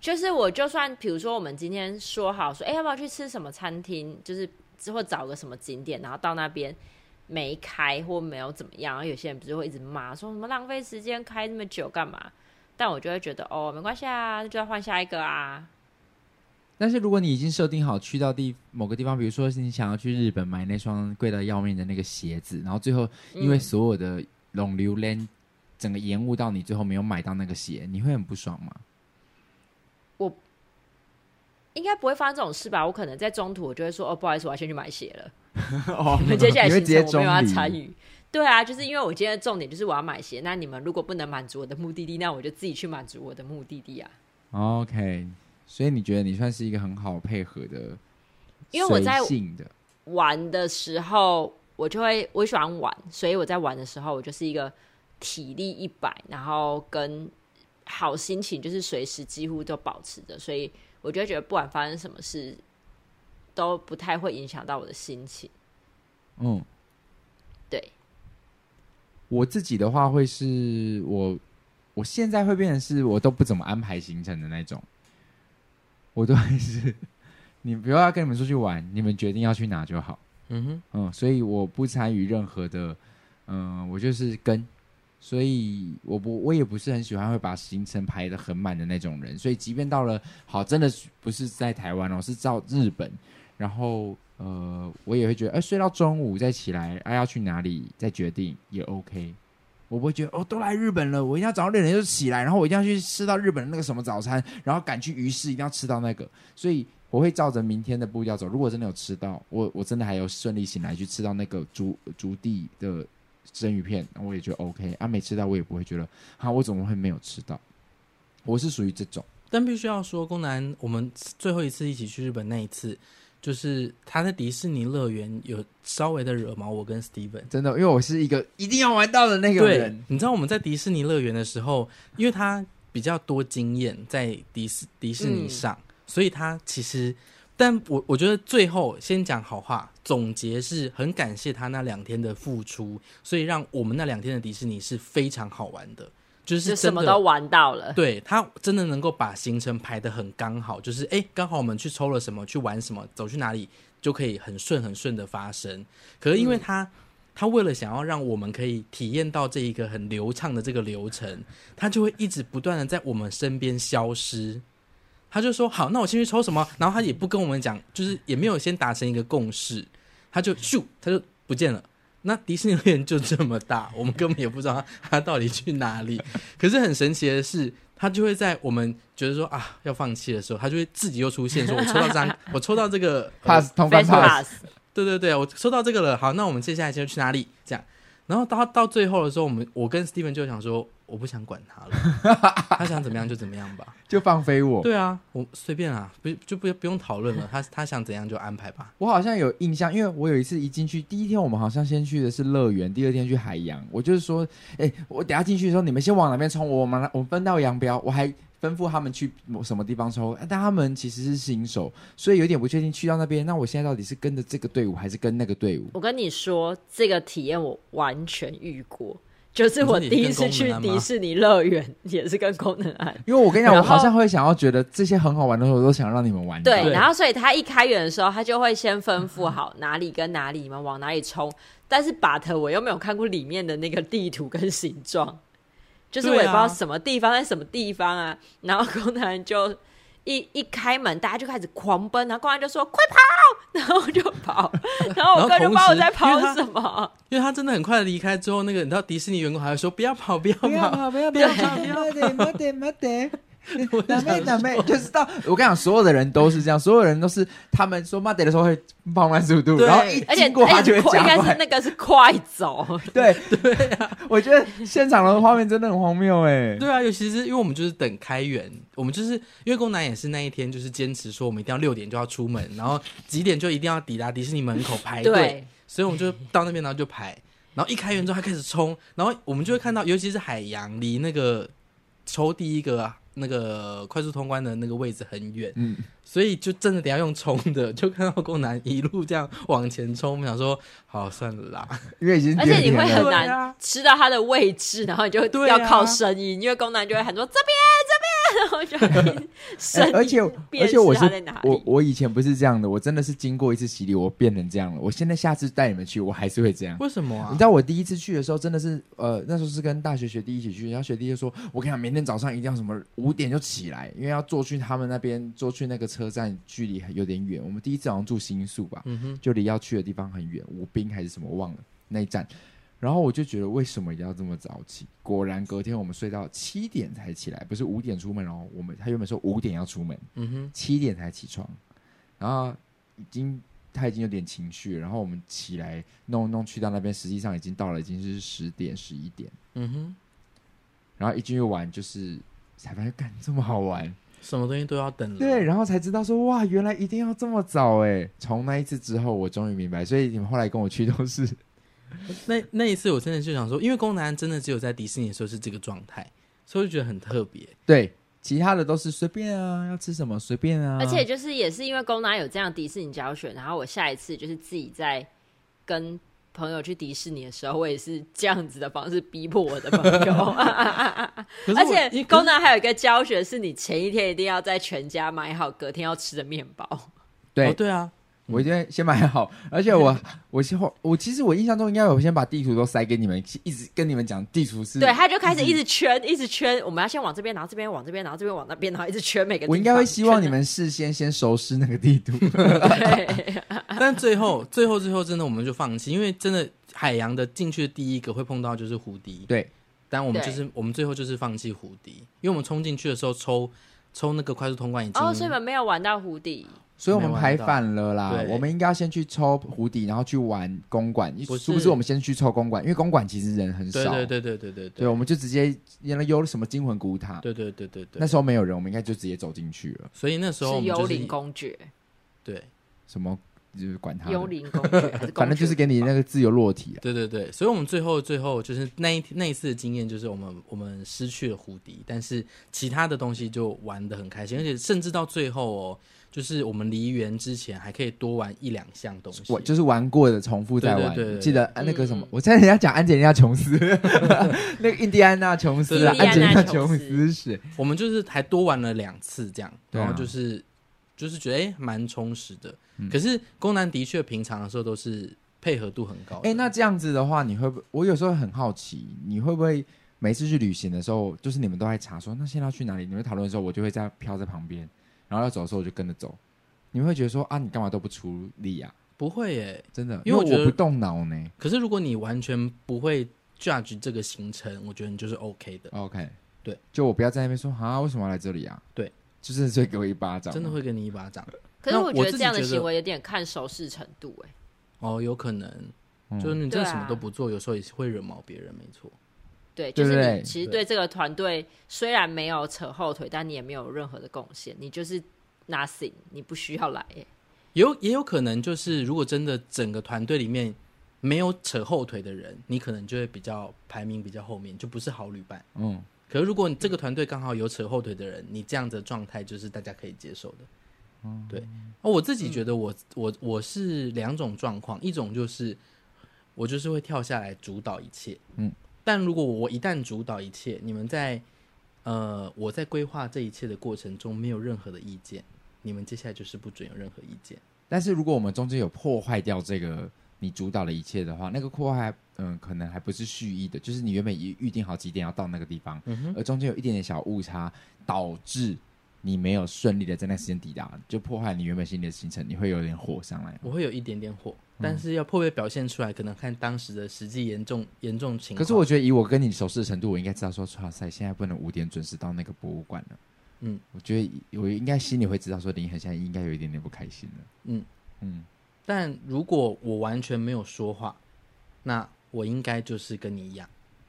[SPEAKER 2] 就是我就算比如说我们今天说好说，哎、要不要去吃什么餐厅，就是或找个什么景点，然后到那边没开或没有怎么样，然后有些人不是会一直骂说什么浪费时间开那么久干嘛？但我就会觉得哦，没关系啊，那就要换下一个啊。
[SPEAKER 1] 但是如果你已经设定好去到地某个地方，比如说是你想要去日本买那双贵到要命的那个鞋子，然后最后因为
[SPEAKER 2] 嗯
[SPEAKER 1] 所有的拢流连，整个延误到你最后没有买到那个鞋，你会很不爽 吗？
[SPEAKER 2] 应该不会发生这种事吧？我可能在中途我就会说哦，不好意思，我要先去买鞋了。
[SPEAKER 1] 哦
[SPEAKER 2] 你们接下 来
[SPEAKER 1] 你会
[SPEAKER 2] 行
[SPEAKER 1] 直接
[SPEAKER 2] 程我没有要
[SPEAKER 1] 中离
[SPEAKER 2] 参与。对啊，就是因为我今天的重点就是我要买鞋，那你们如果不能满足我的目的地，那我就自己去满足我的目的地啊。
[SPEAKER 1] OK，所以你觉得你算是一个很好配合的，
[SPEAKER 2] 因为我在
[SPEAKER 1] 随性的
[SPEAKER 2] 玩的时候，我就会我喜欢玩，所以我在玩的时候，我就是一个体力一百，然后跟好心情就是随时几乎都保持着，所以我就会觉得不管发生什么事，都不太会影响到我的心情。
[SPEAKER 1] 嗯。
[SPEAKER 2] 对，
[SPEAKER 1] 我自己的话会是我，我现在会变成是我都不怎么安排行程的那种，我都还是 你不要跟你们出去玩，你们决定要去哪就好，
[SPEAKER 3] 嗯哼，
[SPEAKER 1] 嗯，所以我不参与任何的，嗯，我就是跟，所以我不我也不是很喜欢会把行程排的很满的那种人，所以即便到了好真的不是在台湾哦，是到日本，然后呃，我也会觉得，哎、睡到中午再起来，哎、要去哪里再决定也 OK。我不会觉得哦，都来日本了，我一定要早上六点就起来，然后我一定要去吃到日本的那个什么早餐，然后赶去鱼市，一定要吃到那个。所以我会照着明天的步调走。如果真的有吃到，我我真的还有顺利醒来去吃到那个竹竹地的生鱼片，我也觉得 OK。啊，没吃到我也不会觉得，哈、我怎么会没有吃到？我是属于这种，
[SPEAKER 3] 但必须要说，宫南，我们最后一次一起去日本那一次，就是他在迪士尼乐园有稍微的惹毛我跟 Steven。
[SPEAKER 1] 真的，因为我是一个一定要玩到的那个
[SPEAKER 3] 对
[SPEAKER 1] 人，。
[SPEAKER 3] 你知道我们在迪士尼乐园的时候，因为他比较多经验在迪士迪士
[SPEAKER 2] 嗯
[SPEAKER 3] 尼上，所以他其实，但我我觉得最后先讲好话，总结是很感谢他那两天的付出，所以让我们那两天的迪士尼是非常好玩的，就是
[SPEAKER 2] 就
[SPEAKER 3] 真
[SPEAKER 2] 什
[SPEAKER 3] 的
[SPEAKER 2] 么都玩到了。
[SPEAKER 3] 对他真的能够把行程排得很刚好，就是哎，诶刚好我们去抽了什么，去玩什么，走去哪里，就可以很顺很顺的发生。可是因为他、他为了想要让我们可以体验到这一个很流畅的这个流程，他就会一直不断的在我们身边消失。他就说好，那我先去抽什么，然后他也不跟我们讲，就是也没有先达成一个共识，他就咻，他就不见了。那迪士尼乐园就这么大，我们根本也不知道他他到底去哪里。可是很神奇的是，他就会在我们觉得说啊要放弃的时候，他就会自己又出现说，我抽到这张，我抽到这个呃
[SPEAKER 1] pass 通关
[SPEAKER 2] Fast
[SPEAKER 1] pass，
[SPEAKER 2] pass，
[SPEAKER 3] 对对对，我收到这个了。好，那我们接下来先去哪里？这样，然后到到最后的时候，我们我跟 Steven 就想说，我不想管他了，他想怎么样就怎么样吧。
[SPEAKER 1] 就放飞我。
[SPEAKER 3] 对啊，我随便啊，不就不不用讨论了，他他想怎样就安排吧。
[SPEAKER 1] 我好像有印象，因为我有一次一进去，第一天我们好像先去的是乐园，第二天去海洋。我就是说，哎、我等一下进去的时候，你们先往哪边冲，我们我们分道扬镳。我还吩咐他们去某什么地方抽，但他们其实是新手，所以有点不确定去到那边，那我现在到底是跟着这个队伍还是跟那个队伍？
[SPEAKER 2] 我跟你说，这个体验我完全遇过，就是我第一次去迪士尼乐园也是跟功能案。
[SPEAKER 1] 因为我跟你讲，我
[SPEAKER 2] 然后
[SPEAKER 1] 好像会想要觉得这些很好玩的时候，我都想让你们玩到。
[SPEAKER 2] 对，然后所以他一开园的时候，他就会先吩咐好哪里跟哪里，你们往哪里冲。但是 but 我又没有看过里面的那个地图跟形状，就是我也不
[SPEAKER 3] 对
[SPEAKER 2] 知
[SPEAKER 3] 啊
[SPEAKER 2] 道什么地方在什么地方啊。然后工男就一一开门，大家就开始狂奔，然后工男就说快跑，然后我就跑，然后我哥就不知道我在跑
[SPEAKER 3] 然后同时
[SPEAKER 2] 什么。
[SPEAKER 3] 因为他真的很快离开之后，那个你知道迪士尼员工还会说不要跑，不要跑，
[SPEAKER 1] 不要跑，不要跑，不要跑，不要跑，慢点，慢点。哪妹哪妹，就是到我跟你讲，所有的人都是这样，所有人都是他们说 m 得的时候会放慢速度，
[SPEAKER 3] 对
[SPEAKER 1] 然后一
[SPEAKER 2] 而且
[SPEAKER 1] 经过他
[SPEAKER 2] 而
[SPEAKER 1] 就
[SPEAKER 2] 且
[SPEAKER 1] 会
[SPEAKER 2] 快应
[SPEAKER 1] 加
[SPEAKER 2] 该是
[SPEAKER 1] 快。
[SPEAKER 2] 那个是快走，
[SPEAKER 1] 对对啊，我觉得现场的画面真的很荒谬哎。
[SPEAKER 3] 对啊，尤其是因为我们就是等开园，我们就是因为宫南也是那一天就是坚持说我们一定要六点就要出门，然后几点就一定要抵达迪士尼门口排队
[SPEAKER 2] 对，
[SPEAKER 3] 所以我们就到那边然后就排，然后一开园之后他开始冲，然后我们就会看到，尤其是海洋离那个抽第一个那个快速通关的那个位置很远，
[SPEAKER 1] 嗯，
[SPEAKER 3] 所以就真的得要用冲的，就看到宫南一路这样往前冲，我们想说好算了啦，
[SPEAKER 1] 因为已 经
[SPEAKER 2] 而且你会很
[SPEAKER 1] 很
[SPEAKER 3] 对啊
[SPEAKER 2] 难吃到它的位置，然后你就
[SPEAKER 3] 对啊
[SPEAKER 2] 要靠声音，因为工男就会喊说这边这边，然后就 声音
[SPEAKER 1] 哎而且
[SPEAKER 2] 辨
[SPEAKER 1] 而
[SPEAKER 2] 识
[SPEAKER 1] 且我
[SPEAKER 2] 它在
[SPEAKER 1] 是
[SPEAKER 2] 哪
[SPEAKER 1] 我
[SPEAKER 2] 里。
[SPEAKER 1] 我以前不是这样的，我真的是经过一次洗礼，我变成这样了。我现在下次带你们去，我还是会这样。
[SPEAKER 3] 为什么啊
[SPEAKER 1] 你知？道我第一次去的时候，真的是呃，那时候是跟大学学弟一起去，然后学弟就说：“我跟你讲，明天早上一定要什么五点就起来，因为要坐去他们那边，坐去那个车站距离有点远。我们第一次好像住新宿吧，
[SPEAKER 3] 嗯哼，
[SPEAKER 1] 就离要去的地方很远，武滨还是什么忘了那一站。然后我就觉得为什么一定要这么早起？果然隔天我们睡到七点才起来，不是五点出门哦。我们他原本说五点要出门，
[SPEAKER 3] 嗯哼。
[SPEAKER 1] 七点才起床，然后已经他已经有点情绪，然后我们起来弄弄去到那边，实际上已经到了已经是十点十一点，
[SPEAKER 3] 嗯哼，
[SPEAKER 1] 然后一进去玩就是才发现干这么好玩，
[SPEAKER 2] 嗯
[SPEAKER 3] 什么东西都要等了。
[SPEAKER 1] 对，，然后才知道说哇，原来一定要这么早哎！从那一次之后，我终于明白，所以你们后来跟我去都是
[SPEAKER 3] 那那一次我真的就想说，因为宫南真的只有在迪士尼的时候是这个状态，所以我就觉得很特别。
[SPEAKER 1] 对，其他的都是随便啊，要吃什么随便啊，
[SPEAKER 2] 而且就是也是因为工男有这样迪士尼教学，然后我下一次就是自己在跟朋友去迪士尼的时候，我也是这样子的方式逼迫我的朋友。
[SPEAKER 3] 可是
[SPEAKER 2] 而
[SPEAKER 3] 我
[SPEAKER 2] 且
[SPEAKER 3] 可
[SPEAKER 2] 工
[SPEAKER 3] 是
[SPEAKER 2] 男还有一个教学是，你前一天一定要在全家买好隔天要吃的面包。
[SPEAKER 1] 对
[SPEAKER 3] 哦，对啊，
[SPEAKER 1] 我先先买好，而且我 我先后我其实我印象中应该有先把地图都塞给你们，一直跟你们讲地图是。
[SPEAKER 2] 对，他就开始一直圈，一直圈。我们要先往这边，然后这边往这边，然后这边往那边，然后一直圈每个地方。
[SPEAKER 1] 我应该会希望你
[SPEAKER 2] 圈
[SPEAKER 1] 们事先先熟识那个地 图。
[SPEAKER 2] 对，
[SPEAKER 3] 但最后最后最后真的我们就放弃，因为真的海洋的进去的第一个会碰到就是胡迪，
[SPEAKER 1] 对，
[SPEAKER 3] 但我们就是我们最后就是放弃胡迪，因为我们冲进去的时候抽抽那个快速通关已经
[SPEAKER 2] 哦，所以你们没有玩到湖底，
[SPEAKER 1] 所以我们排反了啦
[SPEAKER 3] 没玩到，对
[SPEAKER 1] 我们应该要先去抽湖底，然后去玩公馆。
[SPEAKER 3] 不是
[SPEAKER 1] 是不是我们先去抽公馆？因为公馆其实人很少。
[SPEAKER 3] 对对对对对对
[SPEAKER 1] 对我们就直接原来有什么惊魂古塔，
[SPEAKER 3] 对对对对
[SPEAKER 1] 那
[SPEAKER 3] 对，
[SPEAKER 1] 时候没有人，我们应该就直接走进去了。
[SPEAKER 3] 所以那时
[SPEAKER 2] 是
[SPEAKER 3] 候我们
[SPEAKER 2] 幽
[SPEAKER 3] 就
[SPEAKER 2] 灵
[SPEAKER 3] 是
[SPEAKER 2] 公爵，
[SPEAKER 3] 对。
[SPEAKER 1] 什么就是管他的，
[SPEAKER 2] 幽灵 公爵，还
[SPEAKER 1] 反正就是给你那
[SPEAKER 2] 个。
[SPEAKER 1] 个自由落体啊。
[SPEAKER 3] 对对对，所以我们最后最后就是那一那一次的经验，就是我们我们失去了胡迪，但是其他的东西就玩的很开心，而且甚至到最后哦，就是我们离园之前还可以多玩一两项东西。
[SPEAKER 1] 我就是玩过的，重复在玩。
[SPEAKER 3] 对对对对
[SPEAKER 1] 记得、啊、那个什么，
[SPEAKER 2] 嗯
[SPEAKER 1] 我猜人家讲安吉丽娜琼 斯，那个印第安纳琼斯啊，
[SPEAKER 3] 对
[SPEAKER 1] 安
[SPEAKER 3] 印
[SPEAKER 1] 吉
[SPEAKER 3] 第
[SPEAKER 1] 丽
[SPEAKER 2] 安
[SPEAKER 1] 娜
[SPEAKER 2] 纳
[SPEAKER 1] 琼
[SPEAKER 2] 琼
[SPEAKER 1] 斯
[SPEAKER 2] 斯
[SPEAKER 1] 是
[SPEAKER 3] 我们就是还多玩了两次这样，
[SPEAKER 1] 对啊嗯
[SPEAKER 3] 然后就是、就是觉得哎蛮充实的。可是宫南的确平常的时候都是配合度很高的。
[SPEAKER 1] 哎、那这样子的话，你会不？我有时候很好奇，你会不会每次去旅行的时候，就是你们都在查说那现在要去哪里？你们讨论的时候，我就会在飘在旁边，然后要走的时候我就跟着走。你们会觉得说啊，你干嘛都不出力啊？
[SPEAKER 3] 不会耶，
[SPEAKER 1] 真的，
[SPEAKER 3] 因为我觉
[SPEAKER 1] 我
[SPEAKER 3] 得
[SPEAKER 1] 不动脑呢。
[SPEAKER 3] 可是如果你完全不会 judge 这个行程，我觉得你就是 OK 的。
[SPEAKER 1] OK，
[SPEAKER 3] 对，
[SPEAKER 1] 就我不要在那边说啊，为什么要来这里啊？
[SPEAKER 3] 对，
[SPEAKER 1] 就是最给我一巴掌，
[SPEAKER 3] 真的会给你一巴掌。
[SPEAKER 2] 可是
[SPEAKER 3] 那
[SPEAKER 2] 我
[SPEAKER 3] 我
[SPEAKER 2] 觉
[SPEAKER 3] 自
[SPEAKER 2] 得这
[SPEAKER 3] 己
[SPEAKER 2] 样的
[SPEAKER 3] 觉得
[SPEAKER 2] 行为有点看熟视程度、欸，
[SPEAKER 3] 哦，有可能，
[SPEAKER 1] 嗯
[SPEAKER 3] 就是你真的什么
[SPEAKER 2] 对啊
[SPEAKER 3] 都不做，有时候也是会惹毛别人，没错。
[SPEAKER 2] 对，
[SPEAKER 1] 对
[SPEAKER 2] 就
[SPEAKER 1] 不
[SPEAKER 2] 是
[SPEAKER 1] 对
[SPEAKER 2] 你其实对这个团队虽然没有扯后腿，但你也没有任何的贡献，你就是 nothing，你不需要来、欸
[SPEAKER 3] 也有也有可能就是，如果真的整个团队里面没有扯后腿的人，你可能就会比较排名比较后面，就不是好旅伴。
[SPEAKER 1] 嗯，
[SPEAKER 3] 可是如果你这个团队刚好有扯后腿的人，你这样的状态就是大家可以接受的。
[SPEAKER 1] 嗯
[SPEAKER 3] 对。而我自己觉得我、我我是两种状况，一种就是我就是会跳下来主导一切，
[SPEAKER 1] 嗯。
[SPEAKER 3] 但如果我一旦主导一切，你们在呃我在规划这一切的过程中没有任何的意见，你们接下来就是不准有任何意见。
[SPEAKER 1] 但是如果我们中间有破坏掉这个你主导的一切的话，那个破坏，嗯，可能还不是蓄意的，就是你原本已预定好几点要到那个地方，
[SPEAKER 3] 嗯哼
[SPEAKER 1] 而中间有一点点小误差，导致你没有顺利的在那时间抵达，就破坏你原本心里的行程，你会有点火上来。
[SPEAKER 3] 我会有一点点火，
[SPEAKER 1] 嗯
[SPEAKER 3] 但是要会不会表现出来，可能看当时的实际严重严重情
[SPEAKER 1] 可
[SPEAKER 3] 况。
[SPEAKER 1] 是我觉得以我跟你熟识的程度，我应该知道说，哇塞，现在不能五点准时到那个博物馆了。
[SPEAKER 3] 嗯，
[SPEAKER 1] 我觉得我应该心里会知道说，林恒现在应该有一点点不开心了。
[SPEAKER 3] 嗯
[SPEAKER 1] 嗯，
[SPEAKER 3] 但如果我完全没有说话，那我应该就是跟你一样，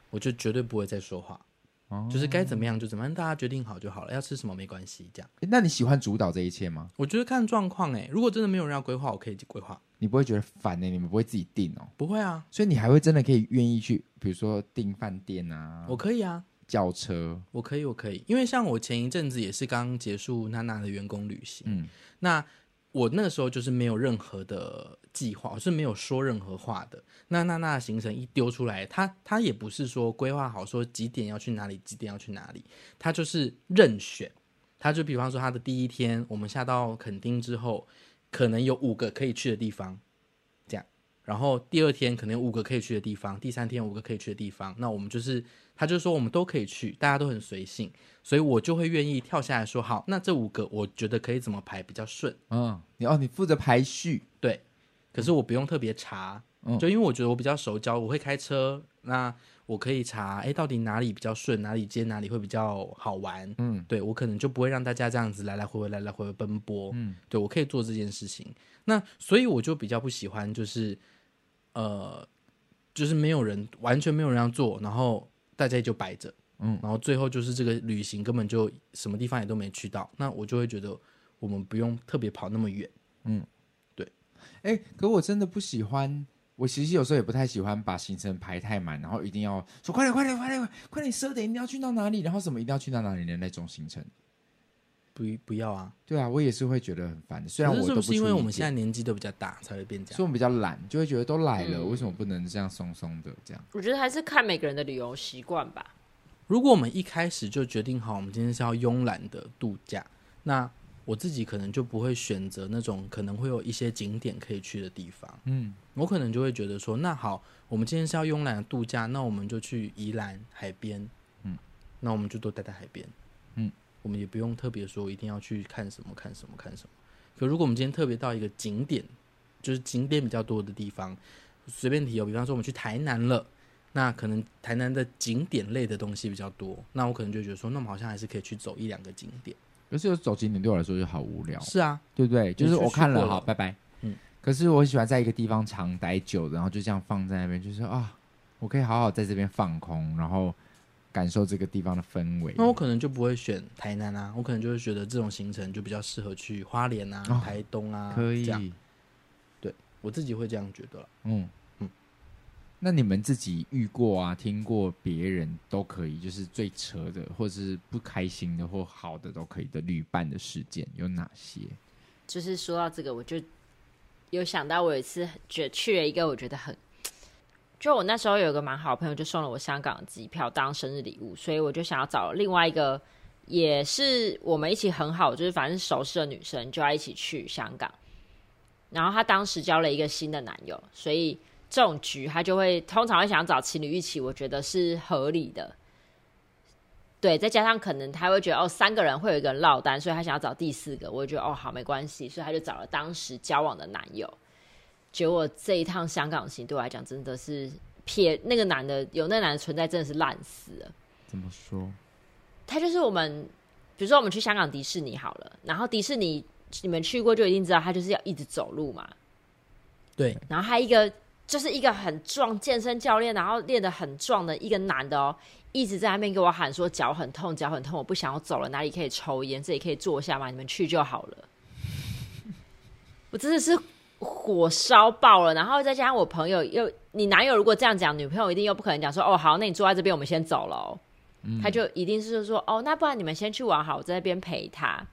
[SPEAKER 3] 我就绝对不会再说话，
[SPEAKER 1] 哦
[SPEAKER 3] 就是该怎么样就怎么样，大家决定好就好了，要吃什么没关系，这样。
[SPEAKER 1] 诶那你喜欢主导这一切吗？
[SPEAKER 3] 我觉得看状况哎、如果真的没有人要规划，我可以规划，
[SPEAKER 1] 你不会觉得烦呢、欸你们不会自己定哦，
[SPEAKER 3] 不会啊，
[SPEAKER 1] 所以你还会真的可以愿意去，比如说订饭店啊，
[SPEAKER 3] 我可以啊，
[SPEAKER 1] 叫车，
[SPEAKER 3] 我可以，我可以，因为像我前一阵子也是刚结束娜娜的员工旅行，
[SPEAKER 1] 嗯，
[SPEAKER 3] 那我那个时候就是没有任何的计划，我是没有说任何话的。那娜娜的行程一丢出来，她她也不是说规划好说几点要去哪里，几点要去哪里，她就是任选。她就比方说，她的第一天，我们下到垦丁之后，可能有五个可以去的地方，这样。然后第二天可能有五个可以去的地方，第三天有五个可以去的地方，那我们就是，她就说我们都可以去，大家都很随性。所以我就会愿意跳下来说，好，那这五个我觉得可以怎么排比较顺，
[SPEAKER 1] 嗯，你哦，你负责排序，
[SPEAKER 3] 对。可是我不用特别查，
[SPEAKER 1] 嗯
[SPEAKER 3] 就因为我觉得我比较熟交，我会开车，那我可以查，哎，到底哪里比较顺，哪里接哪里会比较好玩，
[SPEAKER 1] 嗯，
[SPEAKER 3] 对我可能就不会让大家这样子来来回回来来回回奔波，
[SPEAKER 1] 嗯，
[SPEAKER 3] 对我可以做这件事情。那所以我就比较不喜欢，就是呃，就是没有人完全没有人要做，然后大家就摆着，
[SPEAKER 1] 嗯
[SPEAKER 3] 然后最后就是这个旅行根本就什么地方也都没去到，那我就会觉得我们不用特别跑那么远，
[SPEAKER 1] 哎、可我真的不喜欢。我其实有时候也不太喜欢把行程排太满，然后一定要说快点、快点、快点、快点，十二点一定要去到哪里，然后什么一定要去到哪里的那种行程。
[SPEAKER 3] 不不要啊。
[SPEAKER 1] 对啊，我也是会觉得很烦的。虽然
[SPEAKER 3] 可
[SPEAKER 1] 我
[SPEAKER 3] 是
[SPEAKER 1] 都
[SPEAKER 3] 是不是
[SPEAKER 1] 出
[SPEAKER 3] 因为
[SPEAKER 1] 意
[SPEAKER 3] 啊我们
[SPEAKER 1] 见
[SPEAKER 3] 现在年纪都比较大才会变这
[SPEAKER 1] 所以我
[SPEAKER 3] 样？
[SPEAKER 1] 们比较懒，就会觉得都来了，
[SPEAKER 2] 嗯
[SPEAKER 1] 为什么不能这样松松的这样？
[SPEAKER 2] 我觉得还是看每个人的旅游习惯吧。
[SPEAKER 3] 如果我们一开始就决定好我们今天是要慵懒的度假，那我自己可能就不会选择那种可能会有一些景点可以去的地方。
[SPEAKER 1] 嗯，
[SPEAKER 3] 我可能就会觉得说，那好，我们今天是要慵懒的度假，那我们就去宜兰海边，
[SPEAKER 1] 嗯，
[SPEAKER 3] 那我们就都待在海边，
[SPEAKER 1] 嗯，
[SPEAKER 3] 我们也不用特别说一定要去看什么看什么看什么。可如果我们今天特别到一个景点，就是景点比较多的地方，随便提哦，比方说我们去台南了。那可能台南的景点类的东西比较多，那我可能就觉得说，那我们好像还是可以去走一两个景点。
[SPEAKER 1] 可是有走景点对我来说就好无聊，
[SPEAKER 3] 是啊，
[SPEAKER 1] 对不对？就是
[SPEAKER 3] 你就
[SPEAKER 1] 我
[SPEAKER 3] 去
[SPEAKER 1] 看
[SPEAKER 3] 过
[SPEAKER 1] 了，
[SPEAKER 3] 了
[SPEAKER 1] 好，拜拜。嗯
[SPEAKER 3] 嗯，
[SPEAKER 1] 可是我喜欢在一个地方长待久，然后就这样放在那边，就是啊，我可以好好在这边放空，然后感受这个地方的氛围。
[SPEAKER 3] 那我可能就不会选台南啊，我可能就会觉得这种行程就比较适合去花莲啊、
[SPEAKER 1] 哦
[SPEAKER 3] 台东啊，
[SPEAKER 1] 可
[SPEAKER 3] 这样，
[SPEAKER 1] 以，
[SPEAKER 3] 我自己会这样觉得啦。
[SPEAKER 1] 嗯嗯
[SPEAKER 3] 嗯。
[SPEAKER 1] 那你们自己遇过啊，听过别人都可以，就是最扯的，或是不开心的，或好的都可以的旅伴的事件有哪些？
[SPEAKER 2] 就是说到这个，我就有想到我有一次觉去了一个我觉得很，就我那时候有个蛮好的朋友就送了我香港的机票当生日礼物，所以我就想要找另外一个也是我们一起很好，就是反正熟识的女生就要一起去香港。然后她当时交了一个新的男友，所以这种局她就会通常会想找情侣一起，我觉得是合理的。对，再加上可能他会觉得哦，三个人会有一个人落单，所以他想要找第四个。我就觉得哦，好，没关系，所以他就找了当时交往的男友。结果这一趟香港行对我来讲真的是撇那个男的有那个男的存在真的是烂死了。
[SPEAKER 1] 怎么说？
[SPEAKER 2] 它就是我们，比如说我们去香港迪士尼好了，然后迪士尼你们去过就一定知道，它就是要一直走路嘛。
[SPEAKER 3] 对，
[SPEAKER 2] 然后他一个就是一个很壮健身教练，然后练得很壮的一个男的哦，一直在那边给我喊说脚很痛，脚很痛，我不想要走了，哪里可以抽烟，这里可以坐下吗？你们去就好了。我真的是火烧爆了，然后再加上我朋友又，你男友如果这样讲，女朋友一定又不可能讲说哦好，那你坐在这边，我们先走了、哦。他就一定是说哦，那不然你们先去玩好，我在那边陪他。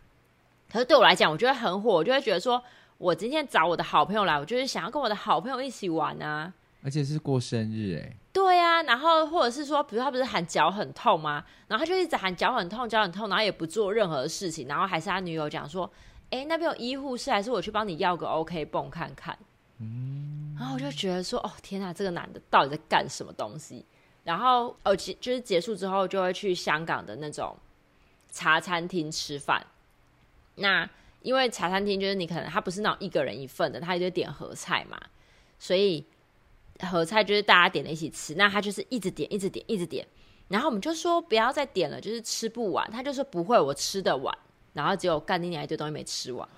[SPEAKER 2] 可是对我来讲，我就会很火，我就会觉得说，我今天找我的好朋友来，我就是想要跟我的好朋友一起玩啊。
[SPEAKER 1] 而且是过生日哎，
[SPEAKER 2] 对啊，然后或者是说，比如他不是喊脚很痛吗？然后他就一直喊脚很痛，脚很痛，然后也不做任何事情，然后还是他女友讲说，哎，那边有医护室，还是我去帮你要个 OK 泵看看。嗯，然后我就觉得说，哦天哪，这个男的到底在干什么东西？然后哦，结就是结束之后就会去香港的那种茶餐厅吃饭。那因为茶餐厅就是你可能它不是那种一个人一份的，它就点合菜嘛，所以合菜就是大家点了一起吃。那他就是一直点，一直点，一直点。然后我们就说不要再点了，就是吃不完。他就说不会，我吃得完。然后结果干你娘一堆东西没吃完，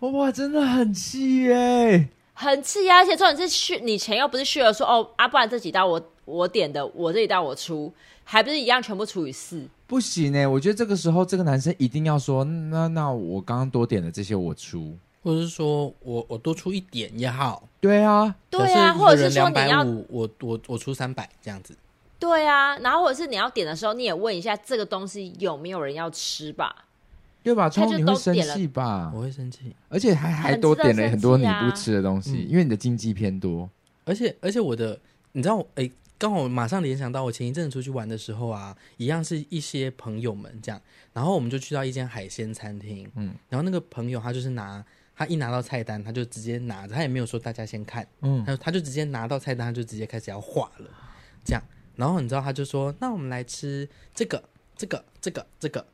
[SPEAKER 1] 哇，真的很气哎！
[SPEAKER 2] 很气啊！而且重点是续，你钱又不是续了说哦啊，不然这几道我我点的，我这几道我出，还不是一样全部除以四。
[SPEAKER 1] 不行哎，我觉得这个时候这个男生一定要说，那那我刚刚多点的这些我出。
[SPEAKER 3] 或者是说我我多出一点也好，
[SPEAKER 1] 对啊，
[SPEAKER 2] 对啊，或者是说
[SPEAKER 3] 两
[SPEAKER 2] 你
[SPEAKER 3] 百
[SPEAKER 2] 要
[SPEAKER 3] 五，我我我出三百这样子。
[SPEAKER 2] 对啊，然后或者是你要点的时候，你也问一下这个东西有没有人要吃吧。
[SPEAKER 1] 对吧？
[SPEAKER 2] 他
[SPEAKER 1] 超
[SPEAKER 2] 就
[SPEAKER 1] 你会
[SPEAKER 2] 都
[SPEAKER 1] 生
[SPEAKER 2] 点了
[SPEAKER 1] 气吧
[SPEAKER 3] 我？会生气，
[SPEAKER 1] 而且还还多点了很多
[SPEAKER 2] 啊
[SPEAKER 1] 你不吃的东西，
[SPEAKER 3] 嗯
[SPEAKER 1] 因为你的经济偏多。
[SPEAKER 3] 而且而且我的，你知道，哎、刚好马上联想到我前一阵子出去玩的时候啊，一样是一些朋友们这样，然后我们就去到一间海鲜餐厅，嗯
[SPEAKER 1] 嗯，
[SPEAKER 3] 然后那个朋友他就是拿。他一拿到菜单，他就直接拿着，他也没有说大家先看，
[SPEAKER 1] 嗯
[SPEAKER 3] 他就他就直接拿到菜单，他就直接开始要画了，这样。然后你知道他就说：“那我们来吃这个、这个、这个、这个。”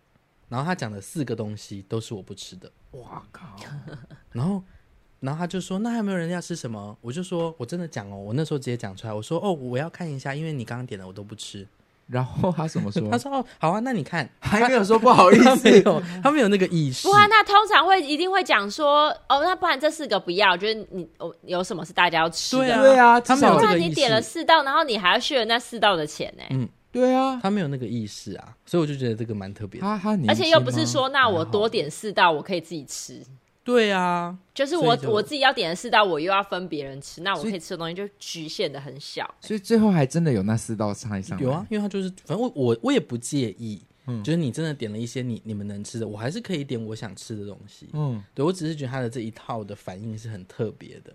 [SPEAKER 3] 然后他讲的四个东西都是我不吃的。
[SPEAKER 1] 哇靠！
[SPEAKER 3] 然后，然后他就说：“那还有没有人要吃什么？”我就说：“我真的讲哦，我那时候直接讲出来，我说哦，我要看一下，因为你刚刚点的我都不吃。？
[SPEAKER 1] 然后 他怎么说
[SPEAKER 3] 他说：“哦，好啊，那你看。”
[SPEAKER 1] 还没有说不好意
[SPEAKER 3] 他
[SPEAKER 1] 思
[SPEAKER 3] 没，有，他没有那个意识
[SPEAKER 2] 不。然那通常会一定会讲说，哦，那不然这四个不要，就是你哦有什么是大家要吃的，
[SPEAKER 3] 对啊，
[SPEAKER 1] 对啊
[SPEAKER 3] 他
[SPEAKER 1] 至
[SPEAKER 3] 没
[SPEAKER 1] 少
[SPEAKER 3] 有
[SPEAKER 2] 不
[SPEAKER 3] 这
[SPEAKER 2] 然
[SPEAKER 3] 个
[SPEAKER 2] 你
[SPEAKER 3] 意
[SPEAKER 2] 点了
[SPEAKER 3] 识，
[SPEAKER 2] 四道，然后你还要续了那四道的钱呢、
[SPEAKER 3] 嗯
[SPEAKER 1] 对啊，
[SPEAKER 3] 他没有那个意识啊，所以我就觉得这个蛮特别的。
[SPEAKER 1] 他他年轻吗
[SPEAKER 2] 而且又不是说那我多点四道，我可以自己吃。
[SPEAKER 3] 对啊，
[SPEAKER 2] 就是
[SPEAKER 3] 所
[SPEAKER 2] 我
[SPEAKER 3] 以就
[SPEAKER 2] 我自己要点的四道，我又要分别人吃，那我
[SPEAKER 1] 所以
[SPEAKER 2] 可以吃的东西就局限的很小。
[SPEAKER 1] 所以最后还真的有那四道菜上来
[SPEAKER 3] 有啊，，因为他就是，反正我我我也不介意，
[SPEAKER 1] 嗯
[SPEAKER 3] 就是你真的点了一些你你们能吃的，我还是可以点我想吃的东西。
[SPEAKER 1] 嗯，
[SPEAKER 3] 对我只是觉得他的这一套的反应是很特别的，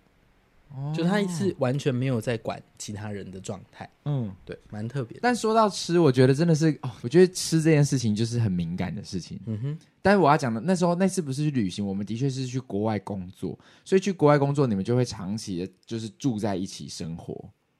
[SPEAKER 3] 就他是完全没有在管其他人的状态，
[SPEAKER 1] 嗯。
[SPEAKER 3] 对，蛮特别的。
[SPEAKER 1] 但说到吃，我觉得真的是哦，我觉得吃这件事情就是很敏感的事情。
[SPEAKER 3] 嗯哼，
[SPEAKER 1] 但是我要讲的，那时候那次不是去旅行，我们的确是去国外工作，所以去国外工作，你们就会长期的就是住在一起生活，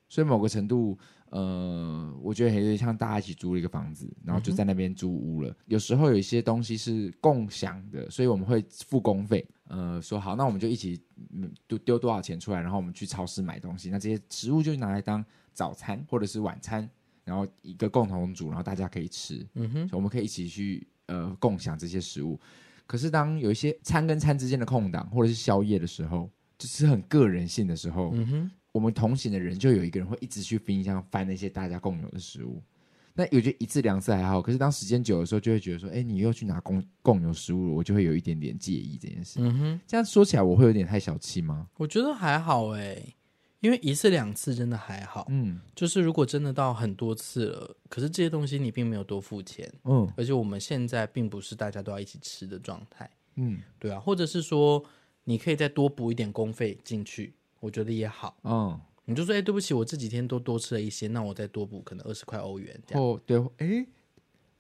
[SPEAKER 1] 所以某个程度，呃，我觉得有点像大家一起租了一个房子，然后就在那边租屋了。有时候有一些东西是共享的，所以我们会付公费，呃，说好，那我们就一起嗯丢丢多少钱出来，然后我们去超市买东西，那这些食物就拿来当早餐或者是晚餐，然后一个共同煮，然后大家可以吃。
[SPEAKER 3] 嗯哼，
[SPEAKER 1] 所以我们可以一起去呃共享这些食物。可是当有一些餐跟餐之间的空档，或者是宵夜的时候，就是很个人性的时候，
[SPEAKER 3] 嗯哼，
[SPEAKER 1] 我们同行的人就有一个人会一直去冰箱翻那些大家共有的食物。那我觉得一次两次还好，可是当时间久的时候，就会觉得说，哎、你又去拿共共有食物了，我就会有一点点介意这件事。
[SPEAKER 3] 嗯哼，
[SPEAKER 1] 这样说起来，我会有点太小气吗？
[SPEAKER 3] 我觉得还好哎、因为一次两次真的还好，
[SPEAKER 1] 嗯
[SPEAKER 3] 就是如果真的到很多次了，可是这些东西你并没有多付钱，
[SPEAKER 1] 嗯
[SPEAKER 3] 而且我们现在并不是大家都要一起吃的状态，
[SPEAKER 1] 嗯
[SPEAKER 3] 对啊，或者是说你可以再多补一点公费进去，我觉得也好。
[SPEAKER 1] 嗯，
[SPEAKER 3] 你就说，哎、对不起，我这几天都多吃了一些，那我再多补可能二十块欧元这样。
[SPEAKER 1] 或对，哎、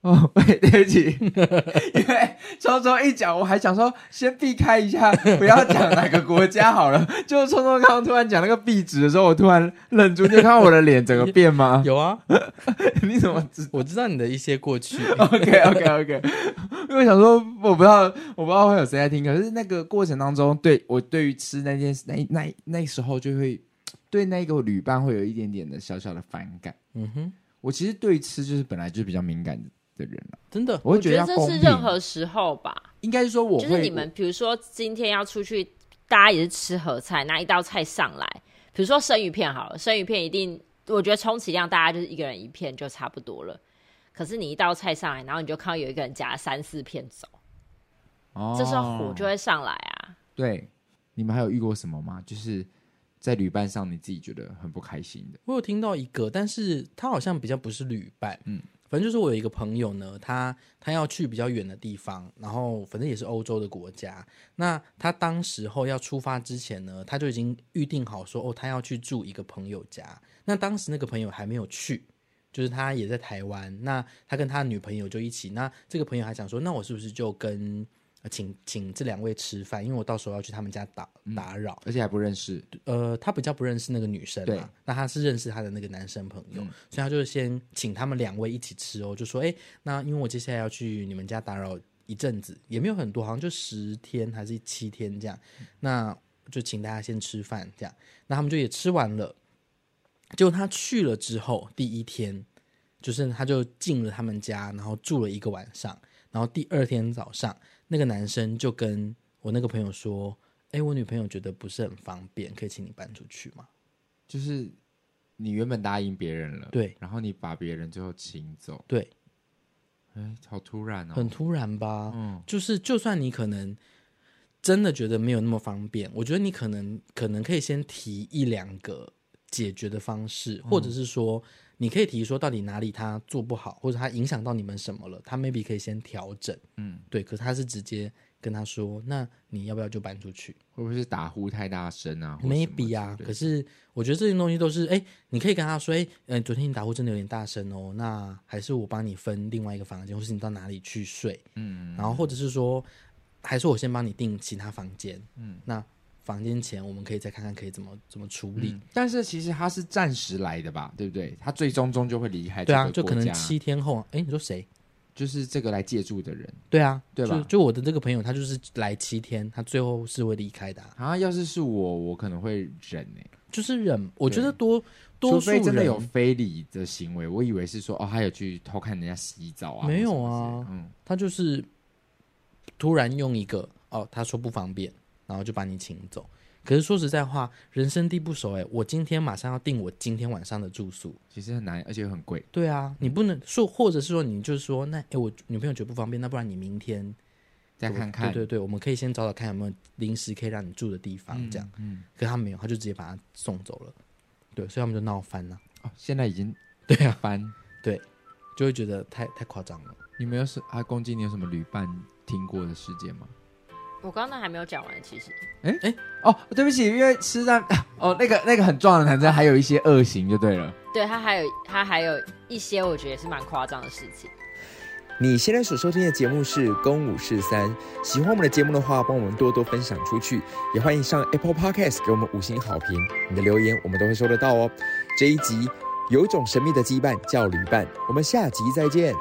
[SPEAKER 1] 哦， 对不起，因为聪聪一讲，我还想说先避开一下，不要讲哪个国家好了。就聪聪刚刚突然讲那个币值的时候，我突然愣住，你有看到我的脸整个变吗？
[SPEAKER 3] 有啊，
[SPEAKER 1] 你怎么知
[SPEAKER 3] 我知道你的一些过去。
[SPEAKER 1] ？OK OK OK，因 为我想说我不知道，我不知道会有谁在听，可是那个过程当中，对我对于吃那件事，那那那时候就会对那个旅伴会有一点点的小小的反感。
[SPEAKER 3] 嗯哼，
[SPEAKER 1] 我其实对吃就是本来就是比较敏感的人了。
[SPEAKER 3] 真的，
[SPEAKER 1] 我会
[SPEAKER 2] 觉
[SPEAKER 1] 得
[SPEAKER 2] 得
[SPEAKER 1] 要
[SPEAKER 2] 这
[SPEAKER 1] 公
[SPEAKER 2] 是
[SPEAKER 1] 平，
[SPEAKER 2] 任何时候吧，
[SPEAKER 1] 应该是说我会
[SPEAKER 2] 就是你们，比如说今天要出去，大家也是吃合菜，拿一道菜上来，比如说生鱼片好了，生鱼片一定，我觉得充其量大家就是一个人一片就差不多了。可是你一道菜上来，然后你就看到有一个人夹了三四片走，
[SPEAKER 1] 哦
[SPEAKER 2] 这时候火就会上来啊。
[SPEAKER 1] 对。你们还有遇过什么吗？就是在旅伴上你自己觉得很不开心的，
[SPEAKER 3] 我有听到一个，但是他好像比较不是旅伴，
[SPEAKER 1] 嗯
[SPEAKER 3] 嗯，反正就是我有一个朋友呢，他他要去比较远的地方，然后反正也是欧洲的国家。那他当时候要出发之前呢，他就已经预定好说，哦，他要去住一个朋友家。那当时那个朋友还没有去。就是他也在台湾，那他跟他女朋友就一起。那这个朋友还想说，那我是不是就跟呃请请这两位吃饭？因为我到时候要去他们家打打扰。
[SPEAKER 1] 而且还不认识。
[SPEAKER 3] 呃，他比较不认识那个女生
[SPEAKER 1] 对
[SPEAKER 3] 嘛，那他是认识他的那个男生朋友，
[SPEAKER 1] 嗯
[SPEAKER 3] 所以他就是先请他们两位一起吃哦，就说，哎、那因为我接下来要去你们家打扰一阵子，也没有很多，好像就十天还是七天这样，
[SPEAKER 1] 嗯
[SPEAKER 3] 那就请大家先吃饭这样，那他们就也吃完了，结果他去了之后，第一天就是他就进了他们家，然后住了一个晚上，然后第二天早上，那个男生就跟我那个朋友说。哎，我女朋友觉得不是很方便，可以请你搬出去吗？
[SPEAKER 1] 就是你原本答应别人了，
[SPEAKER 3] 对
[SPEAKER 1] 然后你把别人最后请走，
[SPEAKER 3] 对，
[SPEAKER 1] 哎，好突然哦，
[SPEAKER 3] 很突然吧？
[SPEAKER 1] 嗯
[SPEAKER 3] 就是就算你可能真的觉得没有那么方便，我觉得你可能可能可以先提一两个解决的方式，或
[SPEAKER 1] 嗯
[SPEAKER 3] 者是说你可以提说到底哪里他做不好，或者他影响到你们什么了，他 maybe 可以先调整。
[SPEAKER 1] 嗯，
[SPEAKER 3] 对，可是他是直接跟他说，那你要不要就搬出去？
[SPEAKER 1] 会不会是打呼太大声啊或什么之类
[SPEAKER 3] maybe
[SPEAKER 1] 的
[SPEAKER 3] 啊，可是我觉得这些东西都是，哎、你可以跟他说，哎、呃，昨天你打呼真的有点大声哦，那还是我帮你分另外一个房间，或是你到哪里去睡，嗯，然后或者是说，还是我先帮你订其他房间，嗯，那房间钱我们可以再看看可以怎么怎么处理，
[SPEAKER 1] 嗯但是其实他是暂时来的吧，对不对？他最终终究会离开这
[SPEAKER 3] 对啊，
[SPEAKER 1] 个
[SPEAKER 3] 就
[SPEAKER 1] 国
[SPEAKER 3] 可能
[SPEAKER 1] 家，
[SPEAKER 3] 七天后，哎、你说谁？
[SPEAKER 1] 就是这个来借住的人
[SPEAKER 3] 对啊，
[SPEAKER 1] 对吧
[SPEAKER 3] 就就我的这个朋友，他就是来七天，他最后是会离开的啊、
[SPEAKER 1] 啊。要是是我，我可能会忍欸诶、
[SPEAKER 3] 就是忍，我觉得多
[SPEAKER 1] 除
[SPEAKER 3] 多数
[SPEAKER 1] 非
[SPEAKER 3] 人
[SPEAKER 1] 真的有非礼的行为，我以为是说哦，他有去偷看人家洗澡啊，
[SPEAKER 3] 没有
[SPEAKER 1] 或什么
[SPEAKER 3] 啊
[SPEAKER 1] 之类的嗯，
[SPEAKER 3] 他就是突然用一个哦，他说不方便，然后就把你请走。可是说实在话，人生地不熟哎、我今天马上要订我今天晚上的住宿。
[SPEAKER 1] 其实很难，而且很贵。
[SPEAKER 3] 对啊，你不能说，或者是说你就说，那哎、我女朋友觉得不方便，那不然你明天
[SPEAKER 1] 再看看，
[SPEAKER 3] 对对对，我们可以先找找看有没有临时可以让你住的地方，这样。
[SPEAKER 1] 嗯，
[SPEAKER 3] 可他没有，他就直接把他送走了。对，所以他们就闹翻了，
[SPEAKER 1] 哦，现在已经
[SPEAKER 3] 对啊
[SPEAKER 1] 翻。
[SPEAKER 3] 就会觉得太太夸张了。
[SPEAKER 1] 你们有什啊？公鸡，你有什么旅伴听过的事件吗？
[SPEAKER 2] 我刚刚那还没有讲完，其实
[SPEAKER 1] 哦，对不起，因为吃蛋哦，那个那个很壮的男生还有一些恶行就对了。
[SPEAKER 2] 对他还有他还有一些我觉得也是蛮夸张的事情。
[SPEAKER 4] 你现在所收听的节目是《公五是三》，喜欢我们的节目的话，帮我们多多分享出去，也欢迎上 Apple Podcast 给我们五星好评，你的留言我们都会收得到哦。这一集有一种神秘的羁绊叫旅伴，我们下集再见。